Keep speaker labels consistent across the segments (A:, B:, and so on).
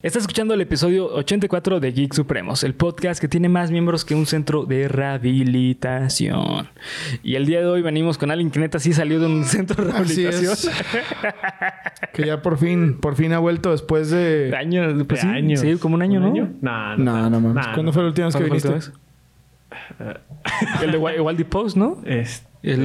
A: Estás escuchando el episodio 84 de Geek Supremos, el podcast que tiene más miembros que un centro de rehabilitación. Y el día de hoy venimos con alguien que neta sí salió de un centro de
B: Así
A: rehabilitación.
B: es. que ya por fin, por fin ha vuelto después de...
A: De años, pues
C: De
A: sí,
C: años.
A: sí, como un año, ¿no?
C: Nah,
B: No, no mames.
C: nah,
B: ¿Cuándo fue la última vez que
A: ¿Cuándo fue la última
B: viniste?
A: vez? el de Wa- Waldy Post, ¿no?
C: Este,
A: El-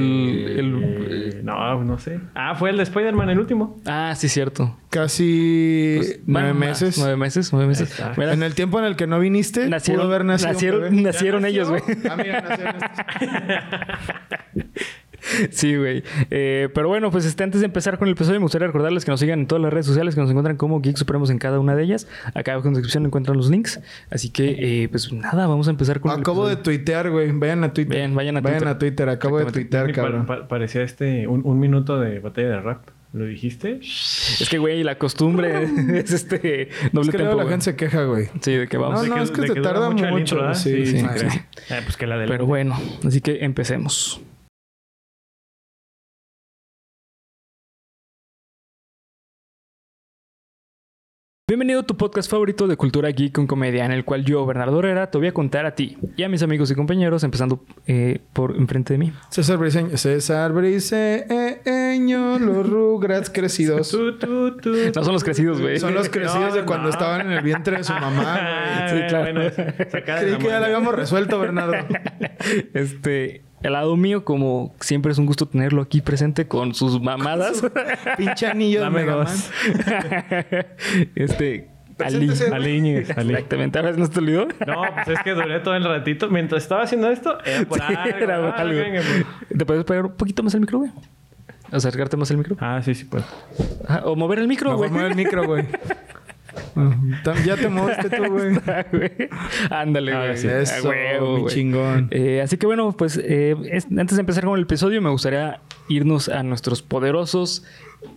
A: el-
C: eh, no, no sé. Ah, fue el de Spider-Man, el último.
A: Ah, sí, cierto. Pues,
B: Casi nueve
A: Bueno, más,
B: meses.
A: Nueve meses, nueve meses.
C: Ahí está.
A: Mira,
B: En el tiempo en el que no viniste,
A: nacieron,
B: pudo haber nacido un
A: nacieron,
B: bebé.
A: nacieron ellos, güey.
B: Ah, mira, nacieron estos.
A: Sí, güey. Eh, pero bueno, pues este, antes de empezar con el episodio, me gustaría recordarles que nos sigan en todas las redes sociales, que nos encuentran como Geek Supremos en cada una de ellas. Acá abajo en la descripción encuentran los links. Así que, eh, pues nada, vamos a empezar con el
B: Acabo de
A: episodio.
B: tuitear, güey. Vayan a Twitter.
A: Vean, vayan a Twitter.
B: Acabo de
A: Exactamente.
B: tuitear,
C: Y pa-
B: cabrón.
C: pa- parecía este un, un minuto de batalla de rap. ¿Lo dijiste?
A: Es que, güey, la costumbre es este
B: Es
A: doble
B: que
A: tempo.
B: luego la
A: güey.
B: gente se queja, güey.
A: Sí, de que vamos.
B: No,
C: De
B: no, es que
C: de
B: te
C: dura
B: tarda
C: el
B: mucho,
C: intro, ¿verdad?
B: sí,
C: Sí, sí,
B: sí,
C: creo.
B: sí.
C: Eh, pues que la del...
A: Pero bueno, así que empecemos. Bienvenido a tu podcast favorito de cultura geek con comedia, en el cual yo, Bernardo Herrera, te voy a contar a ti y a mis amigos y compañeros, empezando eh, por enfrente de mí.
B: César Briseño. César Briseño. Los Rugrats crecidos.
C: Tú, tú, tú,
A: No son los crecidos, güey.
B: Son los crecidos
C: No,
B: de cuando
C: no.
B: estaban en el vientre de su mamá,
C: Ah,
A: Sí,
C: bueno,
A: claro.
C: bueno, sacada de
B: güey.
C: la
B: Creí que ya lo
C: manga.
B: habíamos resuelto, Bernardo.
A: Este, el lado mío, como siempre, es un gusto tenerlo aquí presente con sus mamadas.
B: Pinche anillo de
C: Dame
B: Mega Man.
C: dos.
A: este, Ali.
B: Preséntese.
C: Ali Íñiguez, Ali.
A: Exactamente, a veces no se te olvidó.
C: No, pues es que duré todo el ratito. Mientras estaba haciendo esto, era por
A: Sí,
C: algo,
A: era
C: algo,
A: algo.
C: venga, pues.
A: ¿Te puedes pegar un poquito más el micro, güey? Acercarte más el micro.
C: Ah, sí, sí, pues.
A: Ah, o mover el micro,
B: Mejor
A: güey.
B: mueve el micro, güey. Tam- ya te moviste tú, güey.
A: Ah, güey. Ándale,
C: Ah,
A: güey.
C: sí.
A: Ah,
B: Eso,
A: huevo,
B: mi
A: güey.
B: chingón.
A: Eh, así que bueno, pues eh, es- antes de empezar con el episodio, me gustaría irnos a nuestros poderosos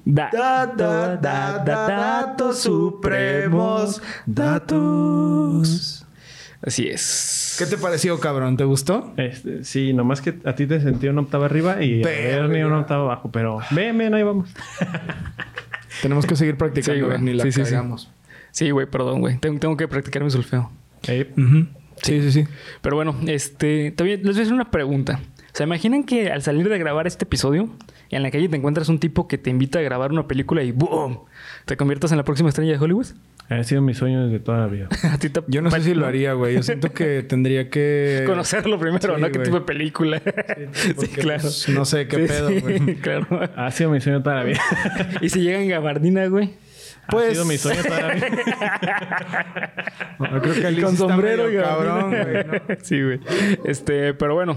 A: da-
B: Da, da, da, da, datos supremos. Datos.
A: Así es.
B: ¿Qué te pareció, cabrón? ¿Te gustó?
C: Este, sí, nomás que a ti te sentí una octava arriba y a
B: Verga.
C: Bernie una octava abajo, pero ven, ven, ahí vamos.
B: Tenemos que seguir
A: Sí,
B: practicando,
A: güey.
B: güey. Ni la
A: Sí, sí, sí.
B: cagamos. Sí,
A: Sí, güey, perdón, güey. Tengo, tengo que practicar mi solfeo.
C: Eh,
B: sí, sí, sí.
A: Pero bueno, este, también les voy a hacer una pregunta. ¿Se imaginan que al salir de grabar este episodio, en la calle te encuentras un tipo que te invita a grabar una película y ¡boom! ¿Te conviertas en la próxima estrella de Hollywood?
C: ha sido mi sueño desde toda la vida.
A: A ti te-
B: Yo no sé si lo haría, güey. Yo siento que tendría que...
A: Conocerlo primero,
B: Sí,
A: ¿no? ¿Qué
B: güey.
A: tipo de película? Sí,
B: porque,
A: claro.
B: pues, no sé qué pedo, güey.
A: claro.
C: Ha sido mi sueño toda la vida.
A: ¿Y si llegan gabardina, güey?
B: Pues-
C: Ha sido mi sueño toda la vida.
B: Yo Ah, creo que Ali
A: Con
B: sí está
A: sombrero y
B: medio
A: gabardina.
B: cabrón, güey. ¿no?
A: Sí, güey. Este, pero bueno.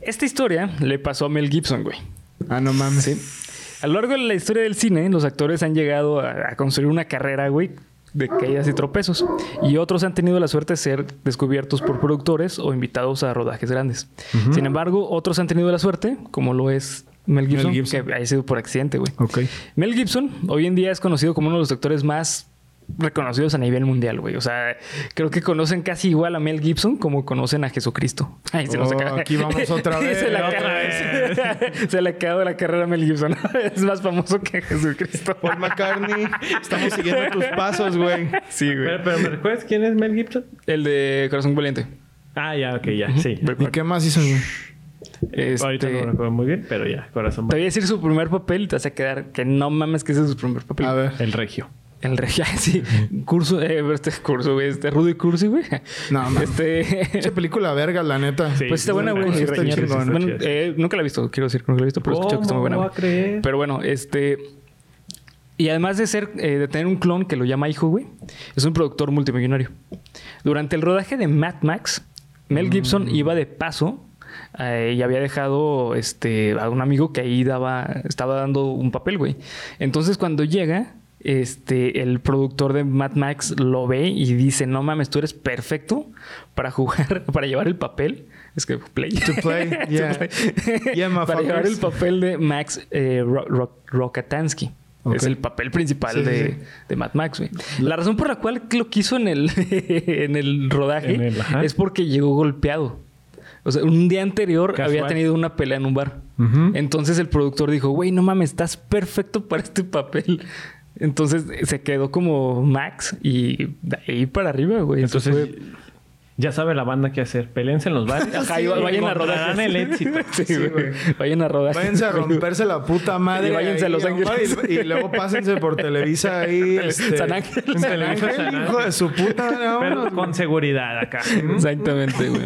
A: Esta historia le pasó a Mel Gibson, güey.
B: Ah, no mames.
A: A lo largo de la historia del cine, los actores han llegado a, a construir una carrera, güey, de caídas y tropezos. Y otros han tenido la suerte de ser descubiertos por productores o invitados a rodajes grandes. Sin embargo, otros han tenido la suerte, como lo es Mel Gibson,
B: Gibson.
A: que ha sido por accidente, güey.
B: Ok.
A: Mel Gibson hoy en día es conocido como uno de los actores más reconocidos a nivel mundial, güey. O sea, creo que conocen casi igual a Mel Gibson como conocen a Jesucristo. Ay, se nos
B: Oh,
A: acaba.
B: aquí vamos otra vez,
A: se, le
C: otra
A: acaba- se le acabó la carrera a Mel Gibson. es más famoso que Jesucristo.
B: Paul McCartney. Estamos siguiendo tus pasos, güey.
A: Sí, güey.
C: pero, pero, ¿me recuerdas quién es Mel Gibson?
A: El de Corazón Valiente.
C: Ah, ya, ok, ya, sí.
B: ¿Y qué más hizo, güey?
A: Este-
C: Ahorita no me recuerdo muy bien, pero ya, corazón.
A: Te voy a decir su primer papel y te vas a quedar que no mames que ese es su primer papel.
B: A ver.
C: El regio.
A: El rey, sí. Curso, eh, este curso, güey. Este Rudy Cursi, güey.
B: No, mames.
A: Este.
B: Pinche película verga, la neta.
C: Sí.
A: Pues está buena, güey.
B: Sí,
A: Sí,
B: está
A: Reñar.
B: chingona,
C: está
A: Bueno,
C: chida.
A: eh, nunca la he visto, quiero decir, nunca la he visto, pero he escuchado que está muy buena.
C: voy a
A: güey.
C: creer?
A: Pero bueno, este. Y además de ser, eh, de tener un clon que lo llama hijo, güey, es un productor multimillonario. Durante el rodaje de Mad Max,
B: Mm.
A: Mel Gibson iba de paso eh, y había dejado este, a un amigo que ahí daba, estaba dando un papel, güey. Entonces cuando llega, este, el productor de Mad Max lo ve y dice, no mames, tú eres perfecto para jugar, para llevar el papel. Es que play.
B: To play, yeah. Yeah,
A: para llevar el
B: motherfuckers.
A: papel de Max eh, Ro- Ro- Rokatansky.
B: Ok.
A: Es el papel principal
B: Sí, sí,
A: de,
B: sí.
A: de Mad Max, güey. La razón por la cual lo quiso en el, en el rodaje
C: En el, ajá.
A: es porque llegó golpeado. O sea, un día anterior
C: Casual.
A: había tenido una pelea en un bar.
C: Ujú.
A: Entonces el productor dijo, güey, no mames, estás perfecto para este papel. Entonces se quedó como Max y de ahí para arriba, güey.
C: Entonces, ya sabe la banda qué hacer. Pelense en los bares.
A: Ajá, y vayan a rodajes.
C: Encontrarán el éxito.
A: Sí,
B: Sí,
A: güey.
B: güey.
A: Vayan a rodar.
B: Váyanse a romperse la puta madre.
A: Y váyanse a
B: ahí,
A: Los
B: un bar,
A: Ángeles.
B: Y, y luego pásense por Televisa ahí. este,
A: San Ángel.
B: San Ángel,
C: San Ángel.
B: hijo de su puta madre. vámonos,
C: Pero
B: güey.
C: con seguridad acá.
A: Mm.
C: Mm.
A: Exactamente, güey.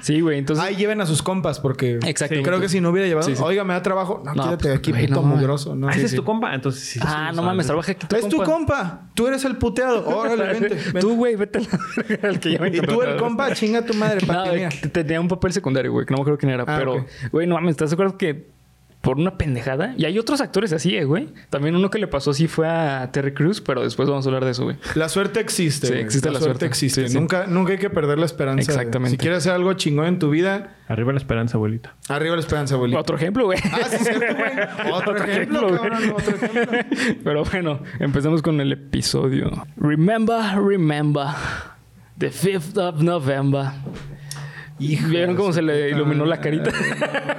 A: Sí, güey. Entonces,
B: Ay, lleven a sus compas porque
A: Exactamente.
B: creo que si no hubiera llevado,
A: Sí, sí.
B: oiga, me da trabajo. No,
A: No,
B: quédate
A: pues,
B: aquí,
A: güey,
B: puto
A: no, güey.
B: mugroso. No,
C: Ah,
B: Sí,
C: ese es
B: sí.
C: tu compa. Entonces, sí,
A: ah,
C: sí,
A: no
C: sí.
A: mames, trabaja aquí.
B: Es tu compa. Tú eres el puteado. Órale, vente. vente.
A: Tú, güey, vete al que ya me
B: y tú, el
A: contrataron.
B: compa, chinga tu madre, papi.
A: No,
B: mira.
A: t- tenía un papel secundario, güey, que no me acuerdo quién era.
B: Ah,
A: pero,
B: ok.
A: güey, no mames, ¿estás de acuerdo que por una pendejada? Y hay otros actores así, eh, güey. También uno que le pasó así fue a Terry Crews, pero después vamos a hablar de eso, güey.
B: La suerte existe.
A: Sí,
B: güey.
A: existe la suerte.
B: existe.
A: Sí, sí.
B: Nunca, nunca hay que perder la esperanza. güey.
A: Exactamente.
B: Si quieres hacer algo chingón en tu vida,
C: Arriba la esperanza, abuelita.
B: arriba la esperanza, abuelito.
A: Otro ejemplo, güey.
B: Ah, sí, es cierto, güey. Otro, ejemplo,
A: güey.
B: cabrón. Otro ejemplo.
A: Pero bueno, empecemos con el episodio. Remember, remember. The 5th of November.
B: Hijo
A: ¿Vieron
B: de
A: cómo
B: su
A: se le
B: puta
A: iluminó la
B: madre.
A: carita?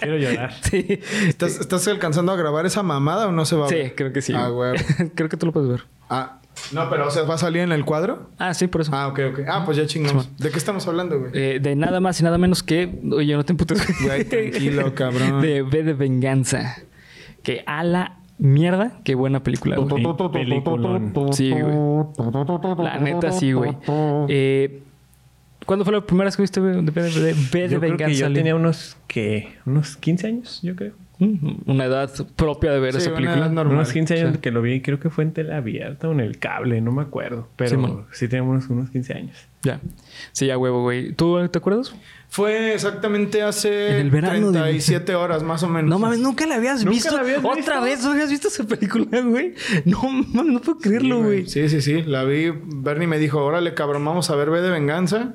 C: Quiero llorar.
A: sí.
B: ¿Estás, estás alcanzando a grabar esa mamada o no se va a
A: Sí,
B: ver?
A: creo que sí.
B: Ah,
A: güey.
B: güey.
A: creo que tú lo puedes ver.
B: Ah, no, pero o sea, ¿va a salir en el cuadro?
A: Ah, sí, por eso.
B: Ah, ok, ok. Ah, pues ya chingamos. ¿De qué estamos hablando, güey?
A: Eh, de nada más y nada menos que. Oye, no te emputes.
B: Güey, tranquilo, cabrón.
A: De V de Venganza. Que a la mierda, qué buena película. güey.
C: peliculón.
A: Sí, güey. La neta, sí, güey. Eh, ¿Cuándo fue la primera vez que viste güey, de V de, de V de
C: Yo creo que
A: Venganza?
C: yo
A: Ale?
C: tenía unos, ¿qué? Unos 15 años, yo creo.
A: Mm, Una edad propia de ver
B: Sí,
A: esa
B: una
A: película.
B: edad normal.
C: Unos 15 años
A: Sí.
C: que lo vi, creo que fue en tela abierta o en el cable, no me acuerdo.
A: Sí,
C: Pero
A: man.
C: sí, teníamos unos 15 años.
A: Ya. Sí, ya huevo, güey. ¿Tú te acuerdas?
B: Fue exactamente hace
A: En el verano de-
B: 37 horas, más o menos.
A: No mames, nunca la habías
C: ¿Nunca
A: visto.
C: la habías
A: Otra
C: visto?
A: vez no habías visto esa película, güey. No mames, no puedo creerlo, güey.
B: Sí, sí, sí. La vi. Bernie me dijo, órale, cabrón, vamos a ver B de Venganza.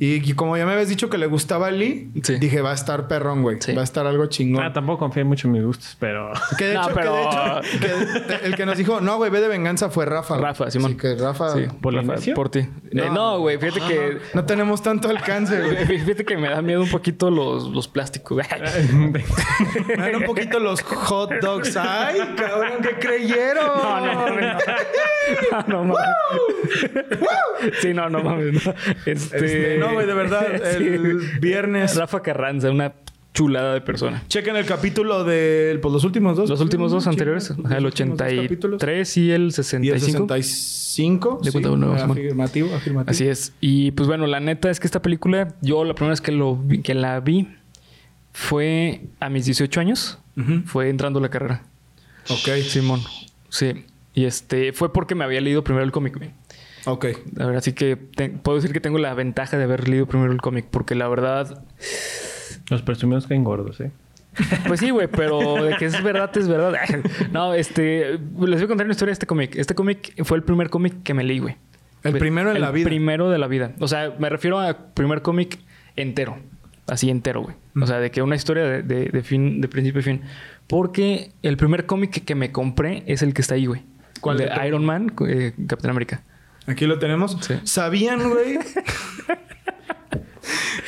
B: Y, y como ya me habías dicho que le gustaba Lee,
A: Sí.
B: dije, va a estar perrón, güey.
A: Sí.
B: Va a estar algo chingón.
C: Ah, tampoco confié mucho en mis gustos, pero...
B: Que de
A: No,
B: hecho, que
A: pero-
B: de hecho, que de- el que nos dijo, no, güey, ve de venganza fue Rafa. güey.
A: Rafa, Simón.
B: Así que Rafa,
A: Sí,
C: ¿Por la
A: Rafa,
C: inicio?
A: por ti. Eh, No, güey, fíjate que.
B: no tenemos tanto alcance, güey.
A: Fíjate que me da miedo un poquito los, los plásticos, güey.
B: Me dan un poquito los hot dogs. ¡Ay, cabrón, qué creyeron!
A: No, no, no, no. Ah, No, no mames. Sí, no, no mames. No, Este,
B: Este, no, güey, de verdad, el viernes-
A: Rafa Carranza, una chulada de persona.
B: Chequen el capítulo de pues, los últimos dos.
A: Los últimos dos
B: Chequen
A: anteriores,
B: los
A: ajá, el
B: últimos dos capítulos.
A: 83 y el
B: Y el
A: 65.
B: 65.
A: De cuenta uno, Simón.
B: afirmativo, afirmativo.
A: Así es. Y pues bueno, la neta es que esta película, yo la primera vez que, lo vi- que la vi fue a mis 18 años.
B: Ujú.
A: Fue entrando a la carrera.
B: Ok.
A: Simón. Sí. Y este fue porque me había leído primero el cómic. güey.
B: Ok.
A: La verdad, sí que te- puedo decir que tengo la ventaja de haber leído primero el cómic, porque la verdad,
C: Los presumidos caen gordos, ¿eh?
A: pues sí, güey, pero de que es verdad, es verdad. No, este, les voy a contar una historia de este cómic. Este cómic fue el primer cómic que me leí, güey.
B: El
A: Pues,
B: primero en
A: el
B: la vida.
A: primero de la vida. O sea, me refiero a primer cómic entero. Así entero, güey. O sea, de que una historia de, de- de fin, de principio a fin. Porque el primer cómic que, que me compré es el que está ahí, güey.
B: ¿Cuál
A: De
B: de todos?
A: Iron Man, eh, Capitán América.
B: Aquí lo tenemos.
A: Sí.
B: ¿Sabían, güey?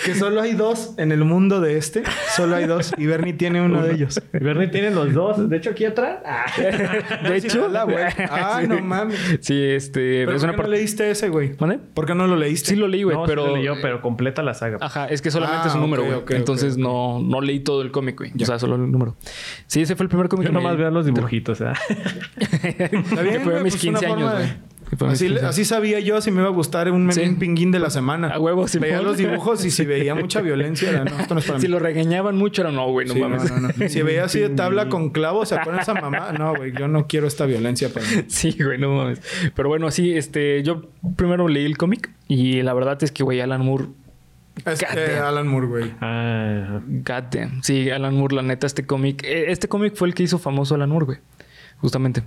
B: que solo hay dos en el mundo de este. Solo hay dos. Y Bernie tiene uno, de ellos.
C: Bernie tiene los dos. De hecho, aquí atrás. Ah.
A: De
B: Sí,
A: hecho,
B: jala, güey. Ah,
A: sí.
B: no mames.
A: Sí, este. es
B: ¿Pero por
A: una
B: qué no
A: parte.
B: leíste ese, güey?
A: ¿Mande?
B: ¿Por qué no lo leíste?
A: Sí lo leí, güey,
C: no,
A: pero.
C: pero... yo, pero completa la saga.
A: Ajá, es que solamente
B: Ah,
A: es un número,
B: ok,
A: güey.
B: ok,
A: Entonces
B: ok,
A: No, no leí todo el cómic, güey. O sea, solo el número. Sí, ese fue el primer cómic
C: Yo
A: que me
C: nomás
A: leí.
C: veo los dibujitos, ¿eh?
A: Está
B: bien,
A: que fue a
B: güey,
A: mis
B: pues,
A: 15
B: una
A: años,
B: forma de-
A: güey. Que fue a mis
B: Así,
A: 15 años.
B: así sabía yo si me iba a gustar un, meme-
A: Sí.
B: un pinguín de la semana.
A: A huevo, Simón.
B: Veía los dibujos y si veía mucha violencia, era, no, esto no es para
A: Si
B: mí.
A: lo regañaban mucho, era no, güey, no
B: Sí,
A: mames.
B: no, no, no. Si veía así de tabla con clavos, se acuerdan esa mamá. No, güey, yo no quiero esta violencia para mí.
A: Sí, güey, no mames. Pero bueno, así, este, yo primero leí el cómic y la verdad es que, güey, Alan Moore,
B: Es que
A: Goddamn.
B: Este, Alan Moore, güey.
C: Ah,
A: goddamn. Sí, Alan Moore, la neta, este cómic, eh, este cómic fue el que hizo famoso a Alan Moore, güey, justamente.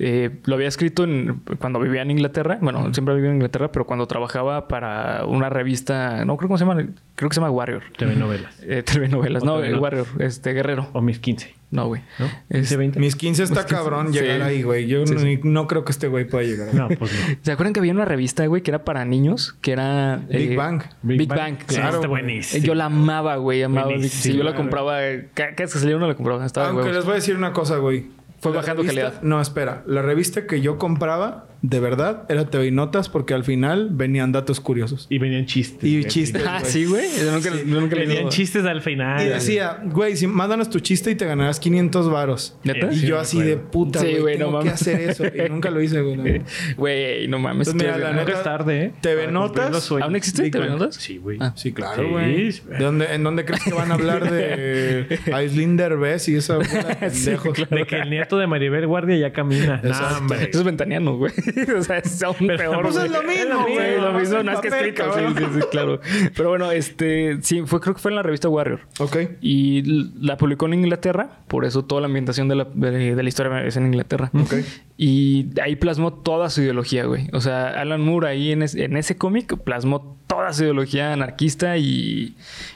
A: Eh, lo había escrito en- cuando vivía en Inglaterra, bueno, siempre vivía en Inglaterra, pero cuando trabajaba para una revista, no creo cómo se llama, creo que se llama Warrior.
C: TV novelas.
A: Eh, telenovelas, no,
C: Otra vez, ¿no?
A: Warrior, este, Guerrero,
C: O mis 15,
A: no, güey. Este,
C: ¿no?
A: Es-
C: 15, 20.
B: Mis 15 está cabrón llegar
A: sí.
B: ahí, güey. Yo
A: Sí,
B: no,
A: sí.
B: no creo que este güey pueda llegar ahí.
C: No, pues no.
A: ¿Se acuerdan que había una revista, güey, que era para niños? Que era...
B: Big
A: eh,
B: Bang.
A: Big, Bang. claro.
C: Claro. Está
B: güey.
A: Eh,
C: buenísimo.
A: Yo la amaba, güey. Amaba.
C: Buenísimo.
A: Si yo la compraba... eh, Cada cada vez que salía una la compraba. Estaba de
B: Aunque
A: huevos.
B: les voy a decir una cosa, güey.
A: Fue
B: La
A: bajando
B: revista-
A: calidad.
B: No, espera. La revista que yo compraba, de verdad, era TV y Notas porque al final venían datos curiosos.
C: Y venían chistes.
B: Y
C: güey.
B: chistes.
A: Ah, sí, güey. Yo nunca, yo nunca Ah, leí
C: Venían
A: eso.
C: chistes al final.
B: Y decía, güey, si mándanos tu chiste y te ganarás 500 varos.
A: ¿Neta?
B: Y
C: Sí,
B: yo
C: me
B: así de
C: acuerdo.
B: puta,
A: Sí,
B: güey,
A: güey, no
B: tengo que
A: mames.
B: hacer eso. Y nunca lo hice, güey. la verdad.
A: Güey, no mames.
B: Entonces, Pues mira,
A: qué
B: la
A: verga.
C: Nunca es tarde, ¿eh?
B: ¿Te
C: Para
B: ven notas?
C: cumplir los sueños.
A: ¿Aún existe?
B: Big
A: ¿Te
B: Bang.
A: notas?
C: Sí, güey.
A: Ah.
B: Sí,
C: Sí,
B: claro, güey.
C: sí.
B: ¿De dónde, ¿En dónde crees que van a hablar de Aislinn Derbez y esa bola de pendejos?
C: De que el nieto de Maribel Guardia ya camina.
B: Exacto.
C: No, hombre.
A: Eso es ventaniano, güey. o sea, es aún
C: Pero-
A: peor.
C: Pues es
A: güey.
B: lo mismo,
A: Sí,
B: güey.
A: lo
B: Nomás
A: mismo,
B: en
A: no es que
B: papel,
A: escrito. Sí,
B: cabrón.
A: sí, sí, claro. Pero bueno, este, sí, fue, creo que fue en la revista Warrior.
B: Ok.
A: Y l- la publicó en Inglaterra, por eso toda la ambientación de la, de- de la historia es en Inglaterra.
B: Ok.
A: Y ahí plasmó toda su ideología, güey. O sea, Alan Moore ahí en, es- en ese cómic plasmó toda su ideología anarquista y,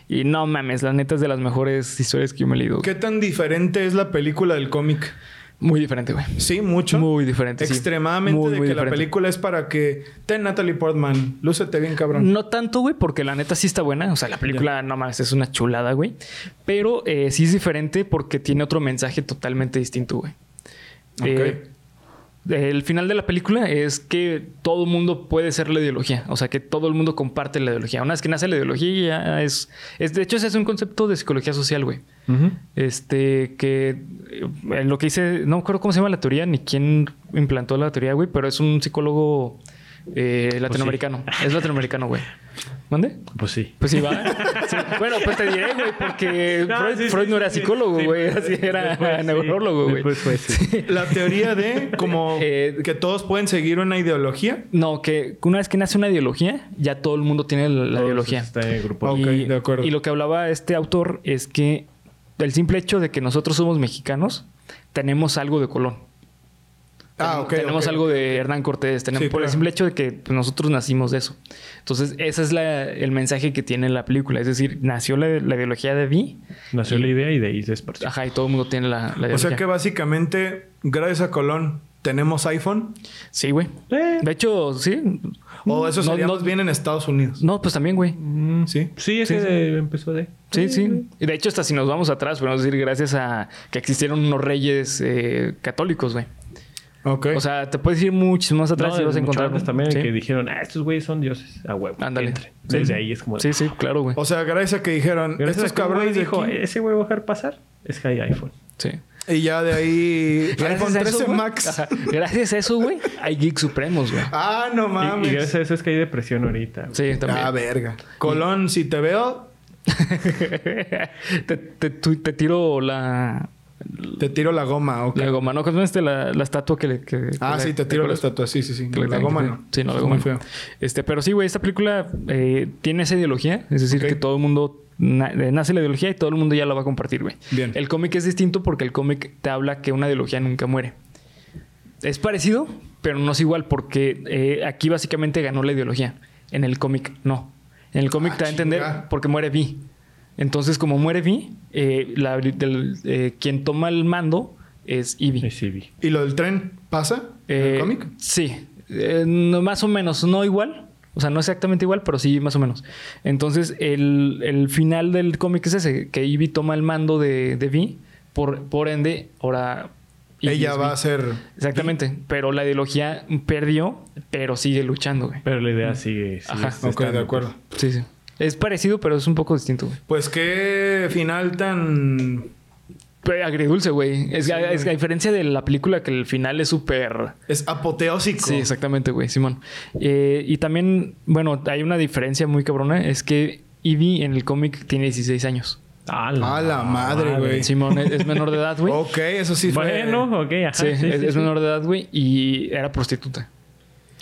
A: y no mames, la neta es de las mejores historias que yo me he leído. güey.
B: ¿Qué tan diferente es la película del cómic?
A: Muy diferente, güey.
B: Sí, mucho.
A: Muy diferente. sí.
B: Extremadamente
A: Muy,
B: de
A: muy
B: que la
A: diferente.
B: película es para que... Ten Natalie Portman. Lúcete bien, cabrón.
A: No tanto, güey, porque la neta sí está buena. O sea, la película, no mames, es una chulada, güey. Pero eh, sí es diferente porque tiene otro mensaje totalmente distinto, güey.
B: Ok.
A: Eh, el final de la película es que todo el mundo puede ser la ideología. O sea, que todo el mundo comparte la ideología. Una vez que nace la ideología, ya es... es de hecho, ese es un concepto de psicología social, güey.
C: Ujú.
A: Este, que eh, en lo que hice, no me acuerdo cómo se llama la teoría ni quién implantó la teoría, güey, pero es un psicólogo eh, latinoamericano. Es latinoamericano, güey. ¿Mande?
C: Pues sí.
A: Pues sí, va. Sí. Bueno, pues te diré, güey, porque
C: No,
A: eh, Freud,
C: Ah, sí, sí,
A: Freud no era
C: sí, sí.
A: psicólogo,
C: Sí,
A: güey,
C: después-
A: así era
C: después sí.
A: neurólogo, güey.
C: Después fue, sí.
B: La teoría de como
A: Eh,
B: que todos pueden seguir una ideología.
A: No, que una vez que nace una ideología, ya todo el mundo tiene la, la
C: Todos
A: ideología.
C: Está en el grupo.
B: Ok,
A: y,
B: de acuerdo.
A: y lo que hablaba este autor es que el simple hecho de que nosotros somos mexicanos, tenemos algo de Colón.
B: Ah,
A: Tenemos-
B: ok.
A: Tenemos
B: ok.
A: algo de Hernán Cortés, tenemos
B: Sí,
A: por el
B: claro.
A: simple hecho de que pues, nosotros nacimos de eso. Entonces, ese es la- el mensaje que tiene la película. Es decir, nació la, la ideología de Vi,
C: Nació la idea y de ahí se esparció.
A: ajá, y todo el mundo tiene la, la ideología.
B: O sea que básicamente, gracias a Colón, tenemos iPhone.
A: Sí, güey.
C: Eh,
A: De hecho, sí.
B: O eso
A: No,
B: sería
A: no-
B: más bien en Estados Unidos.
A: No, pues también, güey.
C: mm,
B: Sí.
C: Sí,
A: Sí,
C: ese
A: sí.
C: de- empezó de.
A: Sí, sí. Y de hecho, hasta si nos vamos atrás, podemos decir gracias a que existieron unos reyes eh, católicos, güey.
B: Ok.
A: O sea, te puedes ir muchísimo más atrás
C: No,
A: y vas a
C: mucho
A: encontrar.
C: antes también
A: Sí.
C: que dijeron, ah, estos güeyes son dioses. A huevo.
A: Ándale.
C: Entre.
A: Sí,
C: Desde
A: sí.
C: ahí es como.
A: Sí, sí, claro, güey.
B: O sea, gracias a que dijeron,
C: Gracias
B: estos
C: a que un güey
B: cabrones de
C: dijo,
B: aquí.
C: ese güey va a dejar pasar. Es que hay iPhone.
A: Sí.
B: Y ya de ahí, iPhone
A: a eso,
B: 13
A: güey.
B: Max.
A: Ajá. Gracias a eso, güey, hay geeks supremos, güey.
B: Ah, no
C: Y- Y,
B: mames.
C: gracias a eso es que hay depresión ahorita. güey.
A: Sí,
B: Ah,
A: también.
B: verga. Colón, si te veo,
A: te, te, tu- te tiro la,
B: te tiro la goma. ok.
A: la goma, ¿no? ¿Cómo es este? la, la estatua que le. que-
B: Ah,
A: que
B: sí,
A: le-
B: te tiro la
A: cuelgas.
B: estatua. Sí, sí, sí.
A: Que le-
B: La goma no.
A: Sí, no, la
B: Es
A: goma.
B: muy feo.
A: no. Este, pero sí, güey, esta película eh, tiene esa ideología. Es decir,
B: Ok.
A: que todo el mundo na- eh, nace la ideología y todo el mundo ya la va a compartir, güey.
B: Bien.
A: El cómic es distinto porque el cómic te habla que una ideología nunca muere. Es parecido, pero no es igual porque eh, aquí básicamente ganó la ideología. En el cómic no. En el cómic
B: Ah,
A: te da a entender
B: chinga.
A: porque muere Vi. Entonces, como muere Vi, eh, la- del- eh, quien toma el mando es Ivy.
C: Y sí, vi.
B: ¿Y lo del tren pasa? ¿En
A: Eh,
B: ¿El cómic?
A: Sí, Eh, no, más o menos, no igual. O sea, no exactamente igual, pero sí más o menos. Entonces, el, el final del cómic es ese, que Ivy toma el mando de, de Vi, por, por ende, ahora... Ivy
B: Ella
A: es
B: va
A: Vi.
B: a ser.
A: Exactamente, pero la ideología perdió, pero sigue luchando, güey.
C: Pero la idea sigue. sigue
A: Ajá.
B: Ok,
C: estando.
B: de acuerdo.
A: Sí, sí. Es parecido, pero es un poco distinto, güey.
B: Pues qué final tan.
A: Pero Agridulce, güey. Es,
B: Sí,
A: a, es
B: güey.
A: a diferencia de la película, que el final es súper...
B: Es apoteósico.
A: Sí, exactamente, güey, Simón. Eh, y también, bueno, hay una diferencia muy cabrona, es que Ivy en el cómic tiene 16 años.
C: A
B: A la madre, güey.
A: Simón es, es menor de edad, güey.
B: Ok, eso sí fue.
C: Bueno, ok, ajá.
A: Sí,
C: Sí, sí,
A: es, es
C: sí.
A: menor de edad, güey, y era prostituta.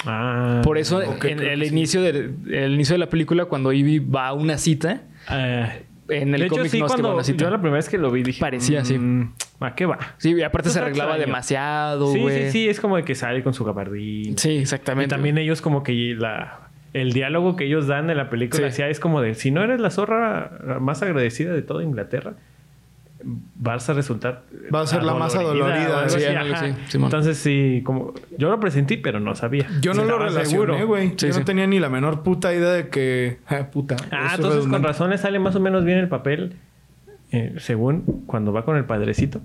C: Ah.
A: Por eso,
B: ok,
A: en
B: creo
A: el
B: que sí.
A: inicio, del, el inicio de la película, cuando Ivy va a una cita,
C: Ah.
A: en
C: de
A: el
C: hecho,
A: cómic
C: sí,
A: no este, es que va a
C: cuando
A: una cita.
C: yo la primera vez que lo vi dije.
A: Parecía, sí.
C: "Mm, ¿A qué va?
A: Sí, y aparte
C: Eso
A: se
C: está
A: arreglaba
C: extraño.
A: demasiado,
C: Sí,
A: güey.
C: sí, sí, es como de que sale con su gabardín.
A: Sí,
C: Y
A: exactamente.
C: también ellos como que la... El diálogo que ellos dan en la película
A: Sí.
C: sí, es como de... Si no eres la zorra más agradecida de toda Inglaterra, vas a resultar... eh,
B: Va a ser la más adolorida,
C: o algo
A: sí,
C: así,
A: ándale,
C: ajá.
A: sí, Simón.
C: Entonces sí, como... Yo lo presentí, pero no sabía.
B: Yo no lo
C: Estaba
B: relacioné,
C: seguro.
B: güey.
A: Sí,
B: Yo
A: sí.
B: no tenía ni la menor puta idea de que. Ah, puta.
C: Ah,
B: es
C: entonces con
B: redundante.
C: razón le sale más o menos bien el papel, eh, según cuando va con el padrecito.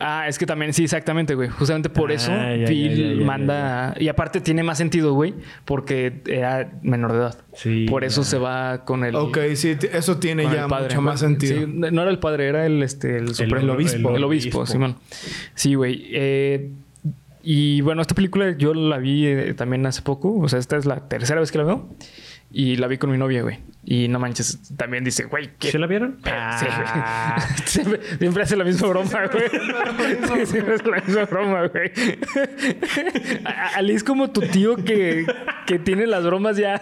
A: Ah, es que también, sí, exactamente, güey. Justamente por
C: Ah,
A: eso
C: ya,
A: Bill
C: ya, ya, ya,
A: manda. Y aparte tiene más sentido, güey, porque era menor de edad.
C: Sí,
A: Por eso
C: ya.
A: se va con el.
B: Ok, sí, t- eso tiene
A: con el
B: ya
A: padre.
B: mucho más sentido.
A: Sí, no era el padre, era el, este, el, supremo-
B: el obispo.
A: El obispo, Simón. Sí, güey. Eh, y bueno, esta película yo la vi eh, también hace poco. O sea, esta es la tercera vez que la veo. Y la vi con mi novia, güey. Y no manches, también dice, güey, ¿qué?
C: ¿Se la vieron? Ah,
A: Sí, güey. Siempre, siempre hace la misma broma, güey. Sí, Siempre hace la misma broma, güey. A- a- Ali es como tu tío que, que tiene las bromas ya